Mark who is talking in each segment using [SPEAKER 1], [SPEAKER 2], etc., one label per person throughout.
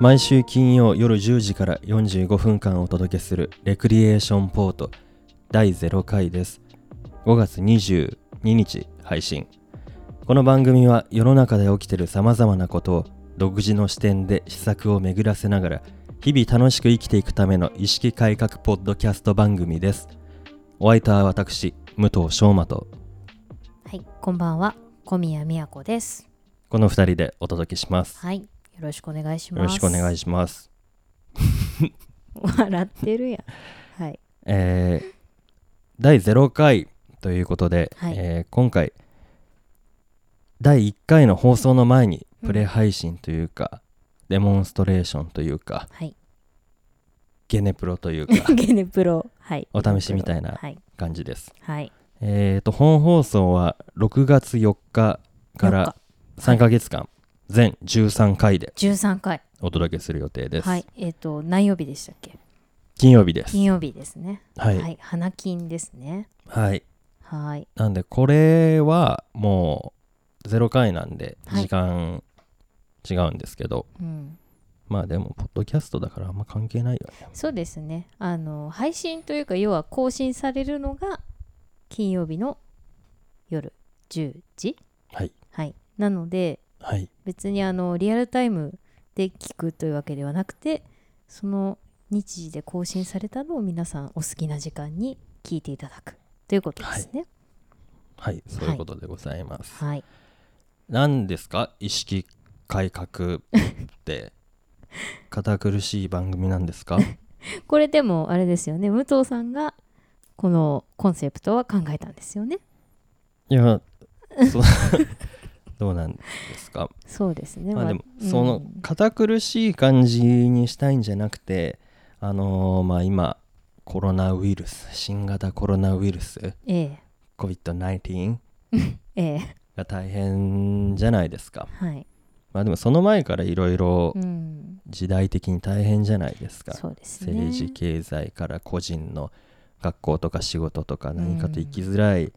[SPEAKER 1] 毎週金曜夜10時から45分間お届けするレクリエーションポート第0回です5月22日配信この番組は世の中で起きてる様々なことを独自の視点で試作を巡らせながら日々楽しく生きていくための意識改革ポッドキャスト番組ですお相手は私武藤翔馬と
[SPEAKER 2] はい、こんばんは、小宮宮子です。
[SPEAKER 1] この2人でお届けします
[SPEAKER 2] はい、よろしくお願いし
[SPEAKER 1] よ
[SPEAKER 2] ま
[SPEAKER 1] ろ
[SPEAKER 2] す。
[SPEAKER 1] しくお願
[SPEAKER 2] い
[SPEAKER 1] いします
[SPEAKER 2] 笑ってるやん。はい、
[SPEAKER 1] えー第0回ということで、
[SPEAKER 2] はい
[SPEAKER 1] えー今回第1回の放送の前にプレ配信というか、デモンストレーションというか
[SPEAKER 2] はい、
[SPEAKER 1] ゲネプロというか
[SPEAKER 2] ゲネプロ、はい。
[SPEAKER 1] お試しみたいな
[SPEAKER 2] はい、
[SPEAKER 1] 感じです。
[SPEAKER 2] はい、
[SPEAKER 1] えー、と本放送は6月4日から3ヶ月間全13回で
[SPEAKER 2] 十三回。
[SPEAKER 1] お届けする予定です。
[SPEAKER 2] はい、えっ、と、何曜日でしたっけ。
[SPEAKER 1] 金曜日です。
[SPEAKER 2] 金曜日ですね。
[SPEAKER 1] はい、
[SPEAKER 2] はい、花金ですね。
[SPEAKER 1] はい
[SPEAKER 2] はい、
[SPEAKER 1] なんでこれはもう0回なんで
[SPEAKER 2] はい
[SPEAKER 1] 時間違うんですけど、
[SPEAKER 2] うん、
[SPEAKER 1] まあでもポッドキャストだからあんま関係ないよね
[SPEAKER 2] そうですね。あの、配信というか、要は更新されるのが。金曜日の夜十時。
[SPEAKER 1] はい
[SPEAKER 2] はい、なので。
[SPEAKER 1] はい
[SPEAKER 2] 別にあのリアルタイムで聞くというわけではなくてその日時で更新されたのを皆さんお好きな時間に聞いていただくということですね。
[SPEAKER 1] はいそういうことでございます、
[SPEAKER 2] はい、
[SPEAKER 1] 何ですか意識改革って 堅苦しい番組なんですか
[SPEAKER 2] これでもあれですよね武藤さんがこのコンセプトは考えたんですよね。
[SPEAKER 1] いやそう どうなんですか
[SPEAKER 2] そうですね。
[SPEAKER 1] まあでも
[SPEAKER 2] うん
[SPEAKER 1] その堅苦しい感じにしたいんじゃなくてあのーまあ今コロナウイルス新型コロナウイルス
[SPEAKER 2] ええ
[SPEAKER 1] COVID-19
[SPEAKER 2] ええ
[SPEAKER 1] が大変じゃないですか
[SPEAKER 2] はい、
[SPEAKER 1] まあでもその前からいろいろ
[SPEAKER 2] うん、
[SPEAKER 1] 時代的に大変じゃないですか、
[SPEAKER 2] そうですね。
[SPEAKER 1] 政治経済から個人の学校とか仕事とか
[SPEAKER 2] ん
[SPEAKER 1] 何かと生きづらい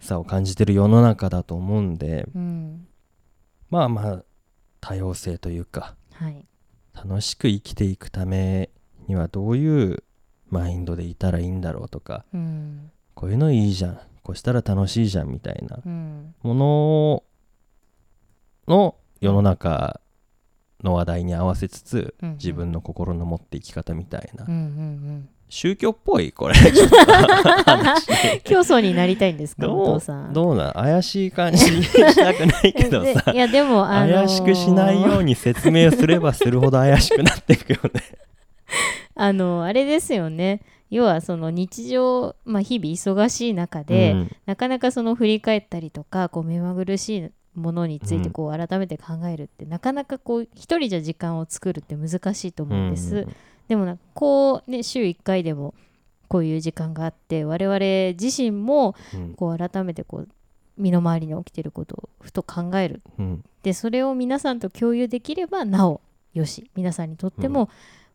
[SPEAKER 1] さを感じてる世の中だと思うんで、
[SPEAKER 2] うん、
[SPEAKER 1] まあまあ多様性というか
[SPEAKER 2] はい、
[SPEAKER 1] 楽しく生きていくためにはどういうマインドでいたらいいんだろうとか
[SPEAKER 2] うん、
[SPEAKER 1] こういうのいいじゃんこうしたら楽しいじゃんみたいな
[SPEAKER 2] うん、
[SPEAKER 1] ものの世の中の話題に合わせつつ
[SPEAKER 2] うん
[SPEAKER 1] 自分の心の持っていき方みたいな
[SPEAKER 2] うん、うん、うん。
[SPEAKER 1] 宗教っぽいこれちょっと話
[SPEAKER 2] 競争になりたいんですか、
[SPEAKER 1] ど
[SPEAKER 2] 武
[SPEAKER 1] う
[SPEAKER 2] 藤さん。
[SPEAKER 1] どうなん怪しい感じにしたくないけどさ
[SPEAKER 2] いやでも、あのー
[SPEAKER 1] 怪しくしないように説明すればするほど怪しくなっていくよね
[SPEAKER 2] あのあれですよね要はその日常、まあ、日々忙しい中で、
[SPEAKER 1] うん
[SPEAKER 2] なかなかその振り返ったりとかこう目まぐるしいものについてこう改めて考えるって、なかなかこう一人じゃ時間を作るって難しいと思うんです、
[SPEAKER 1] うん
[SPEAKER 2] でもなんかこうね週1回でもこういう時間があって我々自身も
[SPEAKER 1] うん
[SPEAKER 2] こう改めてこう身の回りに起きてることをふと考える
[SPEAKER 1] うん
[SPEAKER 2] でそれを皆さんと共有できればなおよし皆さんにとっても、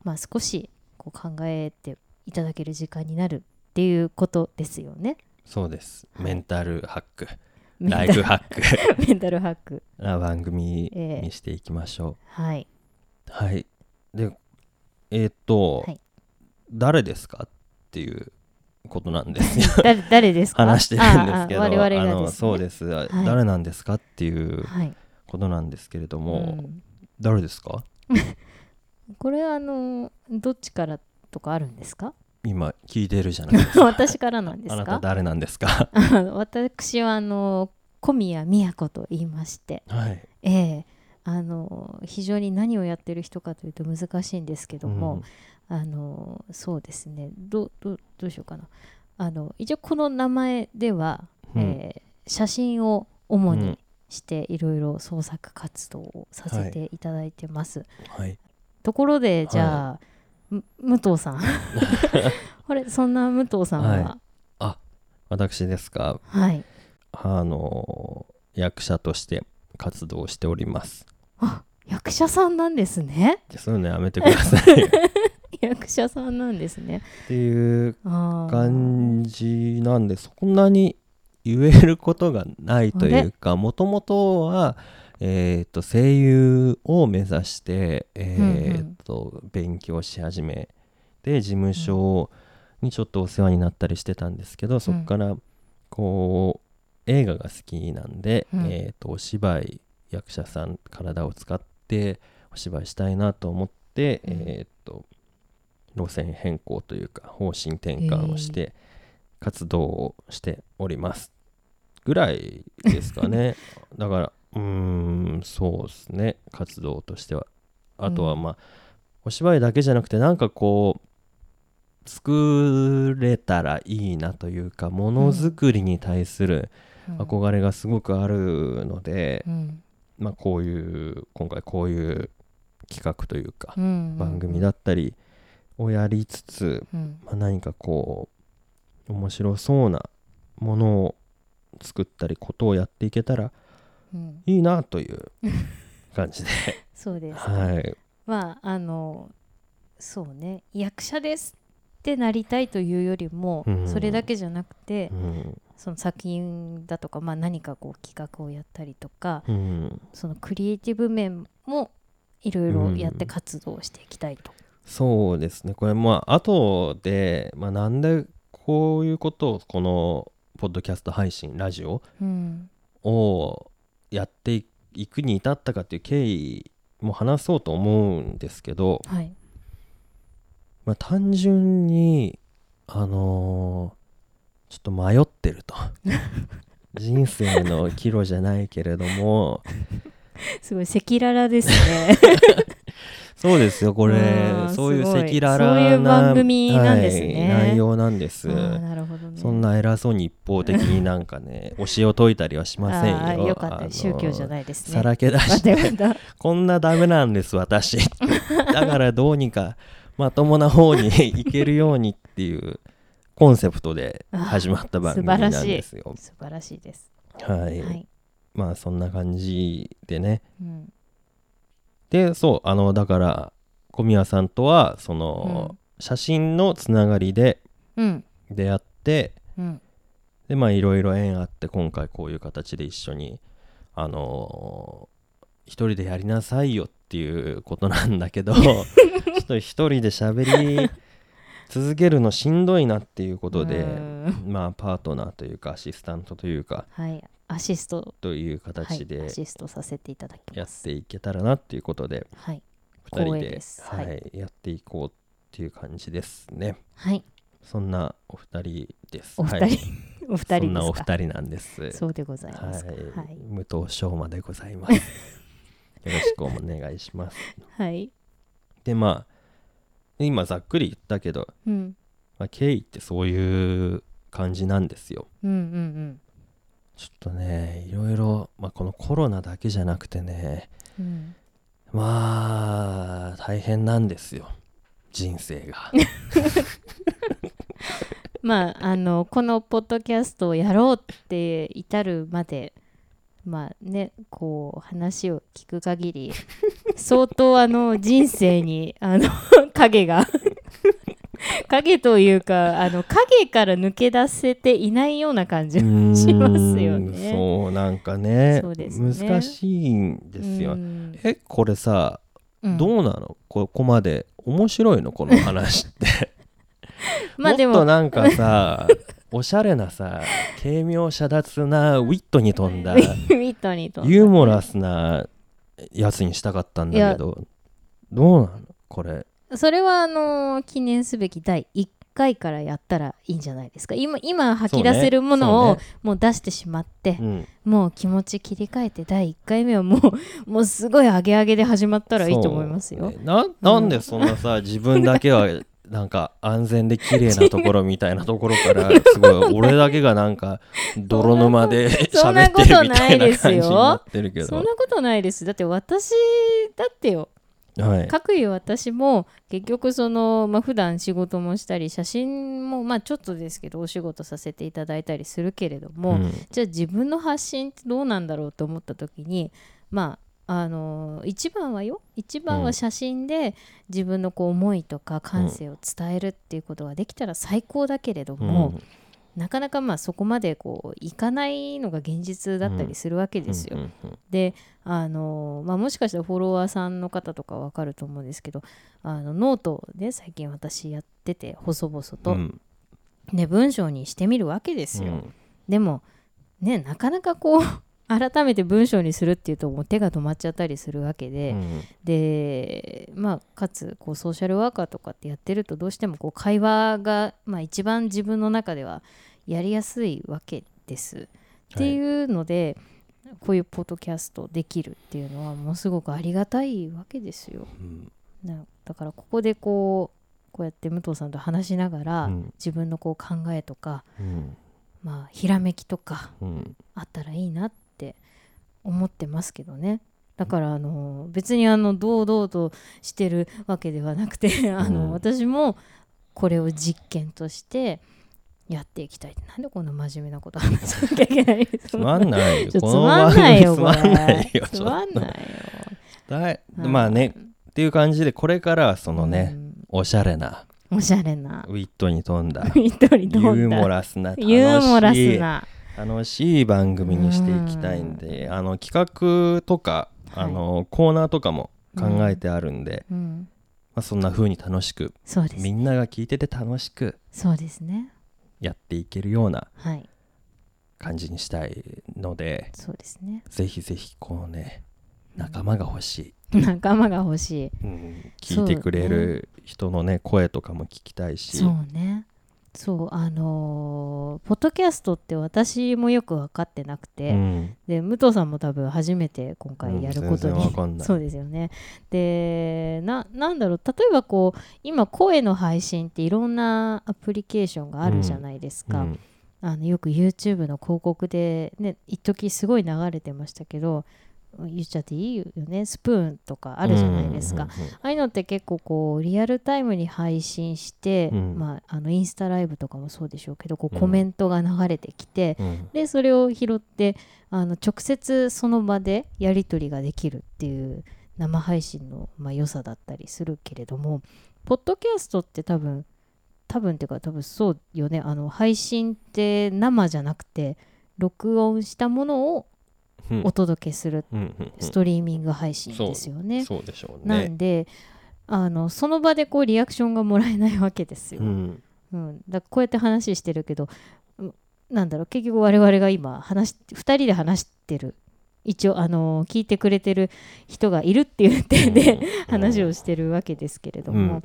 [SPEAKER 2] まあ、少しこう考えていただける時間になるっていうことですよね。
[SPEAKER 1] そうですメンタルハック
[SPEAKER 2] メンタ
[SPEAKER 1] ライ
[SPEAKER 2] ル
[SPEAKER 1] フ ハック
[SPEAKER 2] メンタルハック。
[SPEAKER 1] な番組にしていきましょ
[SPEAKER 2] はい、
[SPEAKER 1] う、はいでえーっと、
[SPEAKER 2] はい
[SPEAKER 1] 誰ですかっていうことなんです よ
[SPEAKER 2] 誰誰です か
[SPEAKER 1] 話してるんですけど
[SPEAKER 2] ああ我々がです、ね、
[SPEAKER 1] あのそうです、あ
[SPEAKER 2] はい
[SPEAKER 1] 誰なんですかっていう
[SPEAKER 2] はい、
[SPEAKER 1] ことなんですけれども、
[SPEAKER 2] ん
[SPEAKER 1] 誰ですか
[SPEAKER 2] これはあのどっちからとかあるんで すか
[SPEAKER 1] 今聞いてるじゃないですか
[SPEAKER 2] 私からなんです
[SPEAKER 1] あな
[SPEAKER 2] か
[SPEAKER 1] た誰なんです か
[SPEAKER 2] あの私はあの小宮宮子と言いまして
[SPEAKER 1] はい、
[SPEAKER 2] ええあの非常に何をやってる人かというと難しいんですけども、あのそうですねどうどうどうしようかなあの一応この名前では、
[SPEAKER 1] うん
[SPEAKER 2] えー写真を主にしていろいろ創作活動をさせていただいてます、
[SPEAKER 1] はい、
[SPEAKER 2] ところでじゃあ、む武藤さんあれそんな武藤さんは
[SPEAKER 1] 私ですか
[SPEAKER 2] はい、
[SPEAKER 1] あの役者として活動しております
[SPEAKER 2] あ役者さんなんですね
[SPEAKER 1] そういうのやめてくださいよ
[SPEAKER 2] 役者さんなんですね。
[SPEAKER 1] ていう
[SPEAKER 2] あー
[SPEAKER 1] 感じなんでそんなに言えることがないというかもともとは、えー、と声優を目指して、えーと勉強し始めで事務所にちょっとお世話になったりしてたんですけど、そこからこう映画が好きなんで、
[SPEAKER 2] うん
[SPEAKER 1] えー、とお芝居役者さん体を使ってお芝居したいなと思って、
[SPEAKER 2] うん
[SPEAKER 1] えーっと路線変更というか方針転換をして活動をしておりますぐらいですか ねだからうーんそうですね活動としてはあとは
[SPEAKER 2] うん
[SPEAKER 1] まあ、お芝居だけじゃなくてなんかこう作れたらいいなというかものづくりに対する
[SPEAKER 2] うん
[SPEAKER 1] 憧れがすごくあるので、
[SPEAKER 2] うん
[SPEAKER 1] まあ、こういう今回こういう企画というか
[SPEAKER 2] うんうん
[SPEAKER 1] 番組だったりをやりつつ、
[SPEAKER 2] うん
[SPEAKER 1] まあ、何かこう面白そうなものを作ったりことをやっていけたら
[SPEAKER 2] うん
[SPEAKER 1] いいなという感じで
[SPEAKER 2] そうです、
[SPEAKER 1] はい
[SPEAKER 2] まああのそうね役者ですってなりたいというよりも、
[SPEAKER 1] うん
[SPEAKER 2] それだけじゃなくて、
[SPEAKER 1] うん
[SPEAKER 2] その作品だとか、まあ、何かこう企画をやったりとか
[SPEAKER 1] うん
[SPEAKER 2] そのクリエイティブ面もいろいろやっ
[SPEAKER 1] う
[SPEAKER 2] て
[SPEAKER 1] ん
[SPEAKER 2] 活動していきたいと。
[SPEAKER 1] そうですねこれまあ後で、まあ、なんでこういうことをこのポッドキャスト配信ラジオ
[SPEAKER 2] うん
[SPEAKER 1] をやっていくに至ったかっていう経緯も話そうと思うんですけど、
[SPEAKER 2] はい
[SPEAKER 1] まあ、単純にあのーちょっと迷って ると人生の岐路じゃないけれども
[SPEAKER 2] すごい赤裸々ですね。
[SPEAKER 1] そうですよこ
[SPEAKER 2] わ
[SPEAKER 1] れ
[SPEAKER 2] あ
[SPEAKER 1] そういう
[SPEAKER 2] す
[SPEAKER 1] 赤
[SPEAKER 2] ごい
[SPEAKER 1] 裸々な
[SPEAKER 2] そういう番組なんですね
[SPEAKER 1] はい内容なんで
[SPEAKER 2] あ
[SPEAKER 1] す
[SPEAKER 2] ーなるほどね。
[SPEAKER 1] そんな偉そうに一方的になんか ね教えを解いたりはしませ
[SPEAKER 2] あ
[SPEAKER 1] ん
[SPEAKER 2] ー
[SPEAKER 1] よ
[SPEAKER 2] よかった、宗教じゃ
[SPEAKER 1] い
[SPEAKER 2] ないですね。
[SPEAKER 1] さらけ出し
[SPEAKER 2] 待って
[SPEAKER 1] て
[SPEAKER 2] 待って
[SPEAKER 1] こんなダメなんです私 だからどうにかまともな方に行けるようにっていうコンセプトで始まった番組なんですよ。
[SPEAKER 2] 素晴らしいです。
[SPEAKER 1] はい、
[SPEAKER 2] はい。
[SPEAKER 1] まあそんな感じでね。
[SPEAKER 2] うん
[SPEAKER 1] でそうあのだから小宮さんとはその、
[SPEAKER 2] うん
[SPEAKER 1] 写真のつながりで
[SPEAKER 2] うん
[SPEAKER 1] 出会って
[SPEAKER 2] うん
[SPEAKER 1] でまあいろいろ縁あって今回こういう形で一緒にあのー一人でやりなさいよっていうことなんだ けどちょっと一人で喋り続けるのしんどいなっていうこと
[SPEAKER 2] う
[SPEAKER 1] で
[SPEAKER 2] ん
[SPEAKER 1] まあパートナーというかアシスタントというか
[SPEAKER 2] はいアシスト
[SPEAKER 1] という
[SPEAKER 2] は
[SPEAKER 1] 形
[SPEAKER 2] い
[SPEAKER 1] で
[SPEAKER 2] アシストさせていただき
[SPEAKER 1] や
[SPEAKER 2] ま
[SPEAKER 1] っ
[SPEAKER 2] す。
[SPEAKER 1] ていけたらなっていうことで
[SPEAKER 2] はい
[SPEAKER 1] 2人
[SPEAKER 2] 光栄
[SPEAKER 1] で
[SPEAKER 2] です
[SPEAKER 1] は
[SPEAKER 2] はい
[SPEAKER 1] やっていこうっていう感じですね
[SPEAKER 2] はい
[SPEAKER 1] そんなお二人です
[SPEAKER 2] お二人、
[SPEAKER 1] はい
[SPEAKER 2] お二
[SPEAKER 1] そ
[SPEAKER 2] 人
[SPEAKER 1] んなお
[SPEAKER 2] ですか。
[SPEAKER 1] 二人なんです
[SPEAKER 2] そうでござい
[SPEAKER 1] は
[SPEAKER 2] ますか。はいい、
[SPEAKER 1] 武藤翔馬でござい ます。よろしくお願いします。
[SPEAKER 2] はい
[SPEAKER 1] でまあ今ざっくり言ったけど、
[SPEAKER 2] うん
[SPEAKER 1] まあ、経緯ってそういう感じなんですよ。
[SPEAKER 2] うんうん
[SPEAKER 1] ちょっとねいろいろ、まあ、このコロナだけじゃなくてね
[SPEAKER 2] うんうん
[SPEAKER 1] まあ大変なんですよ人生が。
[SPEAKER 2] まああのこのポッドキャストをやろうって至るまでまあねこう話を聞く限 り相当あの人生にあの 影が影というかあの影から抜け出せていないような感じ、
[SPEAKER 1] うーん
[SPEAKER 2] しますよね
[SPEAKER 1] そうなんかね
[SPEAKER 2] そうですね
[SPEAKER 1] 難しいんですよ。
[SPEAKER 2] うん
[SPEAKER 1] えこれさ
[SPEAKER 2] うん
[SPEAKER 1] どうなのここまで面白いのこの話って。
[SPEAKER 2] まあで
[SPEAKER 1] もっと
[SPEAKER 2] も
[SPEAKER 1] なんかさ おしゃれなさ軽妙遮奪なウィットに富んだ
[SPEAKER 2] ミットにと
[SPEAKER 1] ユーモラスなやつにしたかったんだけどどうなのこれ
[SPEAKER 2] それはあの記念すべき第1回からやったらいいんじゃないですか今今吐き出せるものをもう出してしまって、
[SPEAKER 1] そうね
[SPEAKER 2] もう気持ち切り替えて第1回目はもうも うすごい上げ上げで始まったらいいと思います
[SPEAKER 1] そう
[SPEAKER 2] よ。
[SPEAKER 1] ねななんでそんなさ自分だけはなんか安全で綺麗なところみたいなところ からすごい俺だけがなんか泥沼で
[SPEAKER 2] そ
[SPEAKER 1] 喋
[SPEAKER 2] んな
[SPEAKER 1] っ
[SPEAKER 2] こ
[SPEAKER 1] てる
[SPEAKER 2] と
[SPEAKER 1] み
[SPEAKER 2] な
[SPEAKER 1] たい
[SPEAKER 2] いで
[SPEAKER 1] な
[SPEAKER 2] す
[SPEAKER 1] 感じ
[SPEAKER 2] よ
[SPEAKER 1] になってるけ
[SPEAKER 2] そん
[SPEAKER 1] ど
[SPEAKER 2] なことないですだって私だってよ
[SPEAKER 1] はい
[SPEAKER 2] かくいう私も結局その、まあ普段仕事もしたり写真もまあちょっとですけどお仕事させていただいたりするけれども、
[SPEAKER 1] うん
[SPEAKER 2] じゃあ自分の発信ってどうなんだろうと思った時にまああの一番はよ一番
[SPEAKER 1] う
[SPEAKER 2] は
[SPEAKER 1] ん
[SPEAKER 2] 写真で自分のこう思いとか感性を伝えるっていうことができたら最高だけれども、
[SPEAKER 1] うん
[SPEAKER 2] なかなかまあそこまでこういかないのが現実だったりするわけですよ。
[SPEAKER 1] うんうん
[SPEAKER 2] であの、まあ、もしかしたらフォロワーさんの方とかわかると思うんですけどあのノートで最近私やってて細々と、
[SPEAKER 1] うん
[SPEAKER 2] ね、文章にしてみるわけですよ。
[SPEAKER 1] うん
[SPEAKER 2] でもねなかなかこう 改めて文章にするっていうともう手が止まっちゃったりするわけで、
[SPEAKER 1] うん
[SPEAKER 2] でまあかつこうソーシャルワーカーとかってやってるとどうしてもこう会話が、まあ、一番自分の中ではやりやすいわけです。っていうので、こういうポッドキャストできるっていうのはものすごくありがたいわけですよ。
[SPEAKER 1] うん
[SPEAKER 2] なだからここでこうこうやって武藤さんと話しながら、
[SPEAKER 1] うん
[SPEAKER 2] 自分のこう考えとか、
[SPEAKER 1] うん
[SPEAKER 2] まあ、ひらめきとか
[SPEAKER 1] うん
[SPEAKER 2] あったらいいなって思ってますけどねだからあの別にあの堂々としてるわけではなくてあの、
[SPEAKER 1] うん
[SPEAKER 2] 私もこれを実験としてやっていきたいなんでこんな真面目なこと話さなきゃいけない
[SPEAKER 1] つまんないよ
[SPEAKER 2] ちょっとつまんないよ
[SPEAKER 1] この
[SPEAKER 2] こ
[SPEAKER 1] 番組つまん
[SPEAKER 2] れ
[SPEAKER 1] ないよ
[SPEAKER 2] つまんないよ
[SPEAKER 1] だい
[SPEAKER 2] うん
[SPEAKER 1] まあねっていう感じでこれからはそのね、おしゃれな
[SPEAKER 2] うんおしゃれな
[SPEAKER 1] ウィットに 富んだ
[SPEAKER 2] 一人飲んだ
[SPEAKER 1] ユーモラスな楽しい
[SPEAKER 2] ユーモラスな
[SPEAKER 1] 楽しい番組にしていきたいんで、あの企画とかあの、コーナーとかも考えてあるんで、
[SPEAKER 2] うん
[SPEAKER 1] まあ、そんな風に楽しく
[SPEAKER 2] そうです
[SPEAKER 1] みんなが聞いてて楽しく
[SPEAKER 2] そうですね
[SPEAKER 1] やっていけるような
[SPEAKER 2] はい
[SPEAKER 1] 感じにしたいので
[SPEAKER 2] そうですね
[SPEAKER 1] ぜひぜひこうね仲間が欲し
[SPEAKER 2] 仲間が欲しい
[SPEAKER 1] い、うん聞いてくれる人のね声とかも聞きたいし
[SPEAKER 2] そうねそうあのーポッドキャストって私もよく分かってなくて、
[SPEAKER 1] うん
[SPEAKER 2] で武藤さんも多分初めて今回やること
[SPEAKER 1] うん全
[SPEAKER 2] に、
[SPEAKER 1] 然わかんない
[SPEAKER 2] そうですよねでななんだろう例えばこう今声の配信っていろんなアプリケーションがあるじゃないです
[SPEAKER 1] う
[SPEAKER 2] か、
[SPEAKER 1] ん
[SPEAKER 2] あのよく YouTube の広告でね一時すごい流れてましたけど言っちゃっていいよねスプーンとかあるじゃないですか、ああいうのって結構こうリアルタイムに配信して、
[SPEAKER 1] うん
[SPEAKER 2] まあ、あのインスタライブとかもそうでしょうけどこ
[SPEAKER 1] う
[SPEAKER 2] うんコメントが流れてきて、
[SPEAKER 1] うんうんうん
[SPEAKER 2] でそれを拾ってあの直接その場でやり取りができるっていう生配信の、まあ、良さだったりするけれどもポッドキャストって多分多分っていうか多分そうよねあの配信って生じゃなくて録音したものを
[SPEAKER 1] うん
[SPEAKER 2] お届けする
[SPEAKER 1] うんうんうん
[SPEAKER 2] ストリーミング配信ですよね。
[SPEAKER 1] そうでしょう
[SPEAKER 2] な
[SPEAKER 1] ね
[SPEAKER 2] んで、あのその場でこうリアクションがもらえないわけですよ。
[SPEAKER 1] う
[SPEAKER 2] うん
[SPEAKER 1] ん
[SPEAKER 2] だからこうやって話してるけどうなんだろう結局我々が今話し2人で話してる一応あの聞いてくれてる人がいるっていう体で、話をしてるわけですけれど
[SPEAKER 1] う
[SPEAKER 2] も、
[SPEAKER 1] ん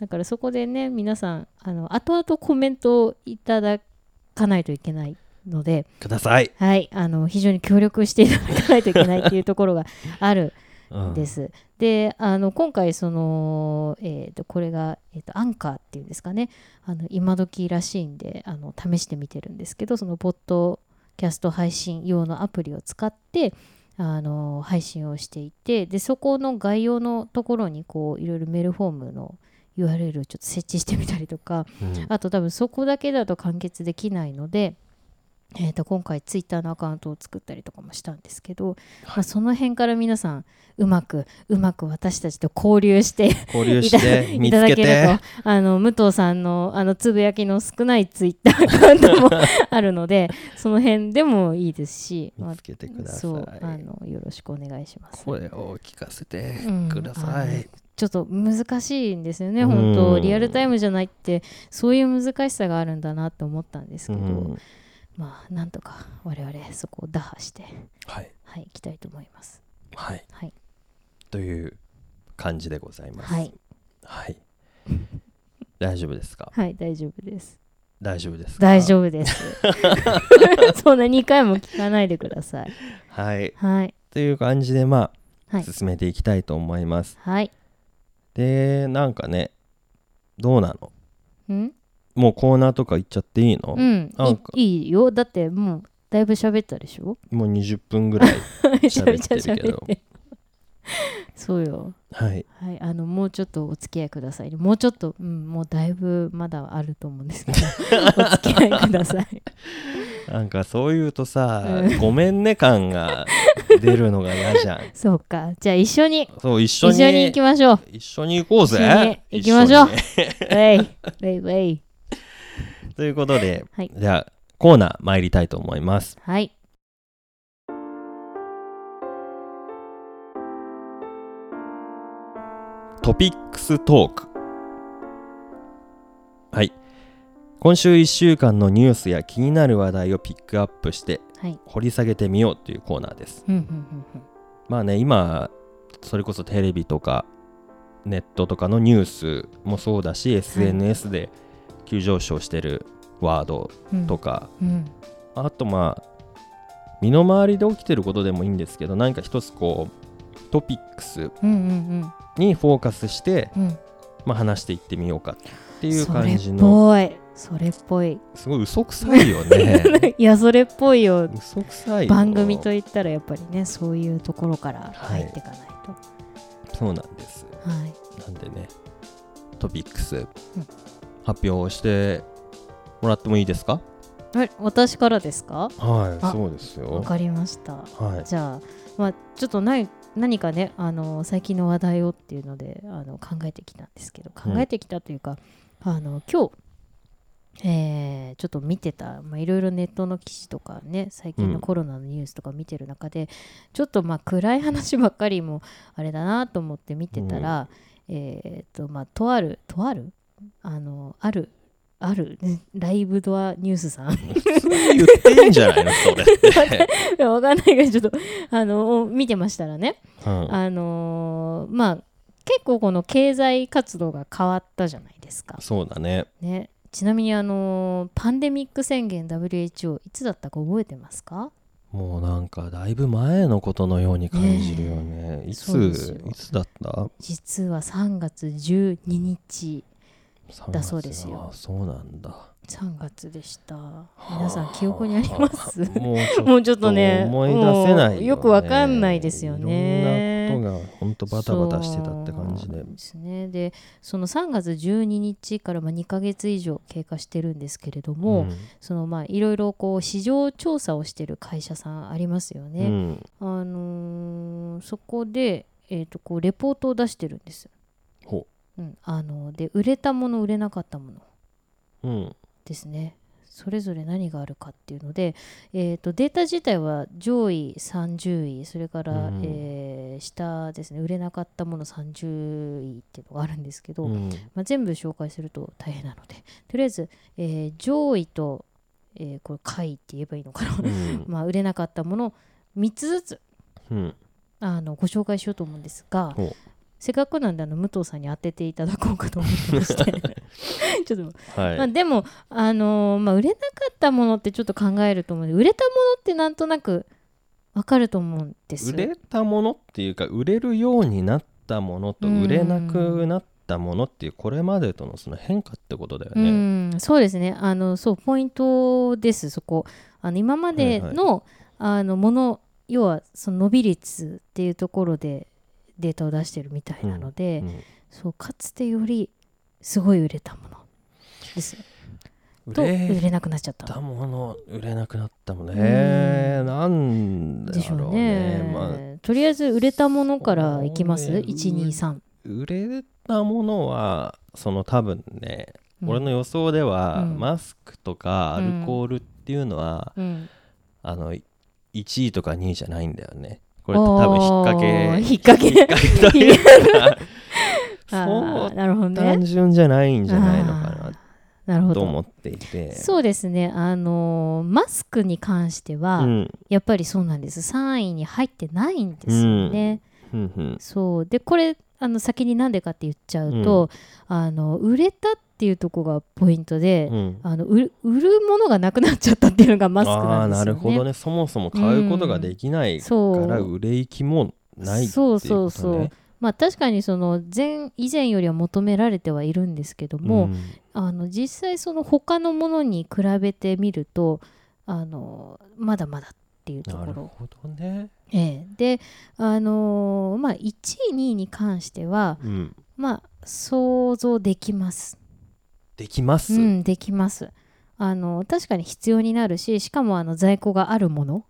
[SPEAKER 2] だからそこでね皆さんあの後々コメントをいただかないといけないので、
[SPEAKER 1] ください、
[SPEAKER 2] はい、あの非常に協力していただかないといけないっていうところがある
[SPEAKER 1] うん
[SPEAKER 2] です。であの今回その、えー、とこれが、えー、とアンカーっていうんですかねあの今時らしいんであの試してみてるんですけどそのポッドキャスト配信用のアプリを使ってあの配信をしていてでそこの概要のところにこういろいろメールフォームの URL をちょっと設置してみたりとか
[SPEAKER 1] うん
[SPEAKER 2] あと多分そこだけだと完結できないので、えー、と今回ツイッターのアカウントを作ったりとかもしたんですけど、まあ、その辺から皆さんうまくうまく私たちと交流 して
[SPEAKER 1] 交流
[SPEAKER 2] い
[SPEAKER 1] したて見
[SPEAKER 2] い
[SPEAKER 1] つ
[SPEAKER 2] ただ
[SPEAKER 1] け
[SPEAKER 2] ける
[SPEAKER 1] て
[SPEAKER 2] とあの武藤さんのあのつぶやきの少ないツイッターアカウントもあるの でその辺でもいいですし、まあ
[SPEAKER 1] 見つけてくださ
[SPEAKER 2] そうあ
[SPEAKER 1] い
[SPEAKER 2] のよろしくお願いします。
[SPEAKER 1] 声を聞かせて
[SPEAKER 2] うん
[SPEAKER 1] ください、
[SPEAKER 2] ちょっと難しいんですよね、
[SPEAKER 1] うん
[SPEAKER 2] 本当リアルタイムじゃないってそういう難しさがあるんだなと思ったんです
[SPEAKER 1] う
[SPEAKER 2] けど、
[SPEAKER 1] ん
[SPEAKER 2] まあなんとか我々そこを打破して
[SPEAKER 1] はい
[SPEAKER 2] はい行きたいと思 います。
[SPEAKER 1] はい、
[SPEAKER 2] はい
[SPEAKER 1] という感じでございます
[SPEAKER 2] はい、
[SPEAKER 1] はい大丈夫ですか
[SPEAKER 2] はい、大丈夫です。
[SPEAKER 1] 大丈夫ですか
[SPEAKER 2] 大丈 夫です。そんな2回も聞かないでください。
[SPEAKER 1] はい
[SPEAKER 2] はい。
[SPEAKER 1] という感じでまあ、
[SPEAKER 2] はい
[SPEAKER 1] 進めていきたいと思います
[SPEAKER 2] はい。
[SPEAKER 1] でなんかねどうなの
[SPEAKER 2] うん
[SPEAKER 1] もうコーナーとか行っちゃっていいの
[SPEAKER 2] う、ん
[SPEAKER 1] なんか。
[SPEAKER 2] いいいよ。だってもうだいぶ喋ったでしょ
[SPEAKER 1] もう20分ぐら い
[SPEAKER 2] め
[SPEAKER 1] ちゃめちゃ喋ってるけど
[SPEAKER 2] て。 そうよ。
[SPEAKER 1] はい
[SPEAKER 2] はい。あの、もうちょっとお付き合いください。もうちょっと、うん、もうだいぶまだあると思う んですけど、お付き合いください。
[SPEAKER 1] なんかそう言うとさ、
[SPEAKER 2] う
[SPEAKER 1] ごめんね感が出るのが嫌じゃん
[SPEAKER 2] そうかじゃあ一緒に
[SPEAKER 1] そう一緒に
[SPEAKER 2] 一緒に行きま しょう
[SPEAKER 1] 一緒に行こうぜ
[SPEAKER 2] 一緒に行きましょう
[SPEAKER 1] 一緒にね
[SPEAKER 2] ウェイウェイウェイ
[SPEAKER 1] ということで、
[SPEAKER 2] はい
[SPEAKER 1] じゃあコーナー参りたいと思います
[SPEAKER 2] はい
[SPEAKER 1] トピックストークはい今週1週間のニュースや気になる話題をピックアップして
[SPEAKER 2] はい
[SPEAKER 1] 掘り下げてみようというコーナーです
[SPEAKER 2] うんうんうんうん
[SPEAKER 1] まあね今それこそテレビとかネットとかのニュースもそうだし SNS で急上昇してるワード
[SPEAKER 2] うん
[SPEAKER 1] とか、
[SPEAKER 2] うん
[SPEAKER 1] あとまあ身の回りで起きてることでもいいんですけど何か一つこうトピックス
[SPEAKER 2] うんうん
[SPEAKER 1] にフォーカスして、
[SPEAKER 2] うんうん
[SPEAKER 1] まあ、話していってみようかっていう感じの
[SPEAKER 2] それっぽいそれっぽい
[SPEAKER 1] すごい嘘くさいよ ね
[SPEAKER 2] いやそれっぽいよ
[SPEAKER 1] 嘘くさいよ
[SPEAKER 2] 番組といったらやっぱりねそういうところから入っていかないと
[SPEAKER 1] そうなんです
[SPEAKER 2] はい
[SPEAKER 1] なんでねトピックス、
[SPEAKER 2] ん
[SPEAKER 1] 発表してもらってもいいですか
[SPEAKER 2] あれ私からですか
[SPEAKER 1] はい
[SPEAKER 2] あ
[SPEAKER 1] そうです
[SPEAKER 2] わ
[SPEAKER 1] よ
[SPEAKER 2] かりました
[SPEAKER 1] はい
[SPEAKER 2] じゃあまあちょっと何何かねあの最近の話題をっていうのであの考えてきたんですけど考えてきたというか、あの今日えーちょっと見てたまあいろいろネットの記事とかね最近
[SPEAKER 1] うん
[SPEAKER 2] のコロナのニュースとか見てる中で、ちょっとまあ暗い話ばっかりもあれだなと思って見てたら、えーとまあとあるとあるあのあるあるライブドアニュースさん
[SPEAKER 1] 普通に言っていいんじゃないのそれって、
[SPEAKER 2] いやわかんないけどちょっとあの見てましたらね、
[SPEAKER 1] うん
[SPEAKER 2] あのーまあ結構この経済活動が変わったじゃないですか。
[SPEAKER 1] そうだね
[SPEAKER 2] ね、ちなみにあのーパンデミック宣言 WHO いつだったか覚えてますか
[SPEAKER 1] もうなんかだいぶ前のことのように感じるよね。い
[SPEAKER 2] そうで
[SPEAKER 1] つ
[SPEAKER 2] すよ
[SPEAKER 1] いつだった
[SPEAKER 2] 実は3月12日だそうですよ
[SPEAKER 1] 3月あそうなんだ。
[SPEAKER 2] 3月でした皆さん記憶にあります
[SPEAKER 1] もうちょっ
[SPEAKER 2] もうちょっ
[SPEAKER 1] と
[SPEAKER 2] とね
[SPEAKER 1] 思い出せないよ、
[SPEAKER 2] も
[SPEAKER 1] ね。
[SPEAKER 2] うよくわかんないですよね
[SPEAKER 1] いろんなことが本当バタバタしてたって感じ
[SPEAKER 2] そ
[SPEAKER 1] で
[SPEAKER 2] う。ですねでその3月12日からまあ2ヶ月以上経過してるんですけれども、そのまあいろいろこう市場調査をしてる会社さんありますよ
[SPEAKER 1] うん、う
[SPEAKER 2] ね、
[SPEAKER 1] ん
[SPEAKER 2] あのーそこで、えー、とこうレポートを出してるんです、
[SPEAKER 1] ほ
[SPEAKER 2] うん、あので売れたもの売れなかったもの
[SPEAKER 1] う。うん。
[SPEAKER 2] ですねそれぞれ何があるかっていうので、えー、とデータ自体は上位30位それから、
[SPEAKER 1] うん
[SPEAKER 2] えー下ですね売れなかったもの30位っていうのがあるんですけど、
[SPEAKER 1] うん
[SPEAKER 2] まあ、全部紹介すると大変なので とりあえず、えー上位と、えーこれ下位って言えばいいのかな
[SPEAKER 1] うん
[SPEAKER 2] まあ売れなかったもの3つずつ
[SPEAKER 1] うん。
[SPEAKER 2] あのご紹介しようと思うんですが
[SPEAKER 1] ほ
[SPEAKER 2] せっかくなんであの武藤さんに当てていただこうかと思ってまして ちょっと
[SPEAKER 1] う。はい。
[SPEAKER 2] まあ、でも、あのーまあ、売れなかったものってちょっと考えると思うんで売れたものってなんとなくわかると思うんです
[SPEAKER 1] 売
[SPEAKER 2] よ。
[SPEAKER 1] れたものっていうか売れるようになったものと売れなくなったものっていうこれまでとのその変化ってことだよ
[SPEAKER 2] う
[SPEAKER 1] ね。
[SPEAKER 2] んそうですねあのそうポイントですそこあの今までの,、あのもの要はその伸び率っていうところでデータを出してるみたいなので、
[SPEAKER 1] うん
[SPEAKER 2] そうかつてよりすごい売れたものです
[SPEAKER 1] 売
[SPEAKER 2] と
[SPEAKER 1] れ
[SPEAKER 2] 売れなくなっちゃった
[SPEAKER 1] 売れたもの売れなくなったもんね、えーなんだ
[SPEAKER 2] でしょ
[SPEAKER 1] ろ
[SPEAKER 2] う
[SPEAKER 1] う
[SPEAKER 2] ね
[SPEAKER 1] ねまあ、
[SPEAKER 2] とりあえず売れたものからいきます
[SPEAKER 1] そうね
[SPEAKER 2] 123、
[SPEAKER 1] 売れたものはその多分ね、
[SPEAKER 2] うん
[SPEAKER 1] 俺の予想では、
[SPEAKER 2] うん
[SPEAKER 1] マスクとかアルコールっていうのは、
[SPEAKER 2] うん、
[SPEAKER 1] あの1位とか2位じゃないんだよねこれって多分引っ
[SPEAKER 2] っ掛け引っ
[SPEAKER 1] 掛け引っ掛け
[SPEAKER 2] 引っ
[SPEAKER 1] だか ら
[SPEAKER 2] あ
[SPEAKER 1] そ
[SPEAKER 2] ー
[SPEAKER 1] う
[SPEAKER 2] なるほどね
[SPEAKER 1] 単純じゃないんじゃないのか
[SPEAKER 2] なるほ
[SPEAKER 1] なと
[SPEAKER 2] ど
[SPEAKER 1] 思っていて
[SPEAKER 2] そうですねあのーマスクに関しては、
[SPEAKER 1] うん
[SPEAKER 2] やっぱりそうなんです3位に入ってないんですよね、
[SPEAKER 1] うんうん
[SPEAKER 2] そうでこれあの先になんでかって言っちゃうと、あの売れたっていうとこがポイントで、
[SPEAKER 1] うん
[SPEAKER 2] あの売る売るものがなくなっちゃったっていうのがマスクなんですよね。
[SPEAKER 1] あーなるほどねそもそも買うことができないか
[SPEAKER 2] そう
[SPEAKER 1] ら売れ行きもないっていう
[SPEAKER 2] そ
[SPEAKER 1] こと、ね、
[SPEAKER 2] うそうそうまあ確かにその前以前よりは求められてはいるんですけども、
[SPEAKER 1] ん
[SPEAKER 2] あの実際その他のものに比べてみるとあのまだまだっていうと
[SPEAKER 1] な
[SPEAKER 2] こ
[SPEAKER 1] る
[SPEAKER 2] ろ、
[SPEAKER 1] ほどね、
[SPEAKER 2] ええ、であのーまあ1位2位に関しては
[SPEAKER 1] うん、
[SPEAKER 2] まあ想像できます
[SPEAKER 1] できます、
[SPEAKER 2] うんできますあの確かに必要になるししかもあの在庫があるもの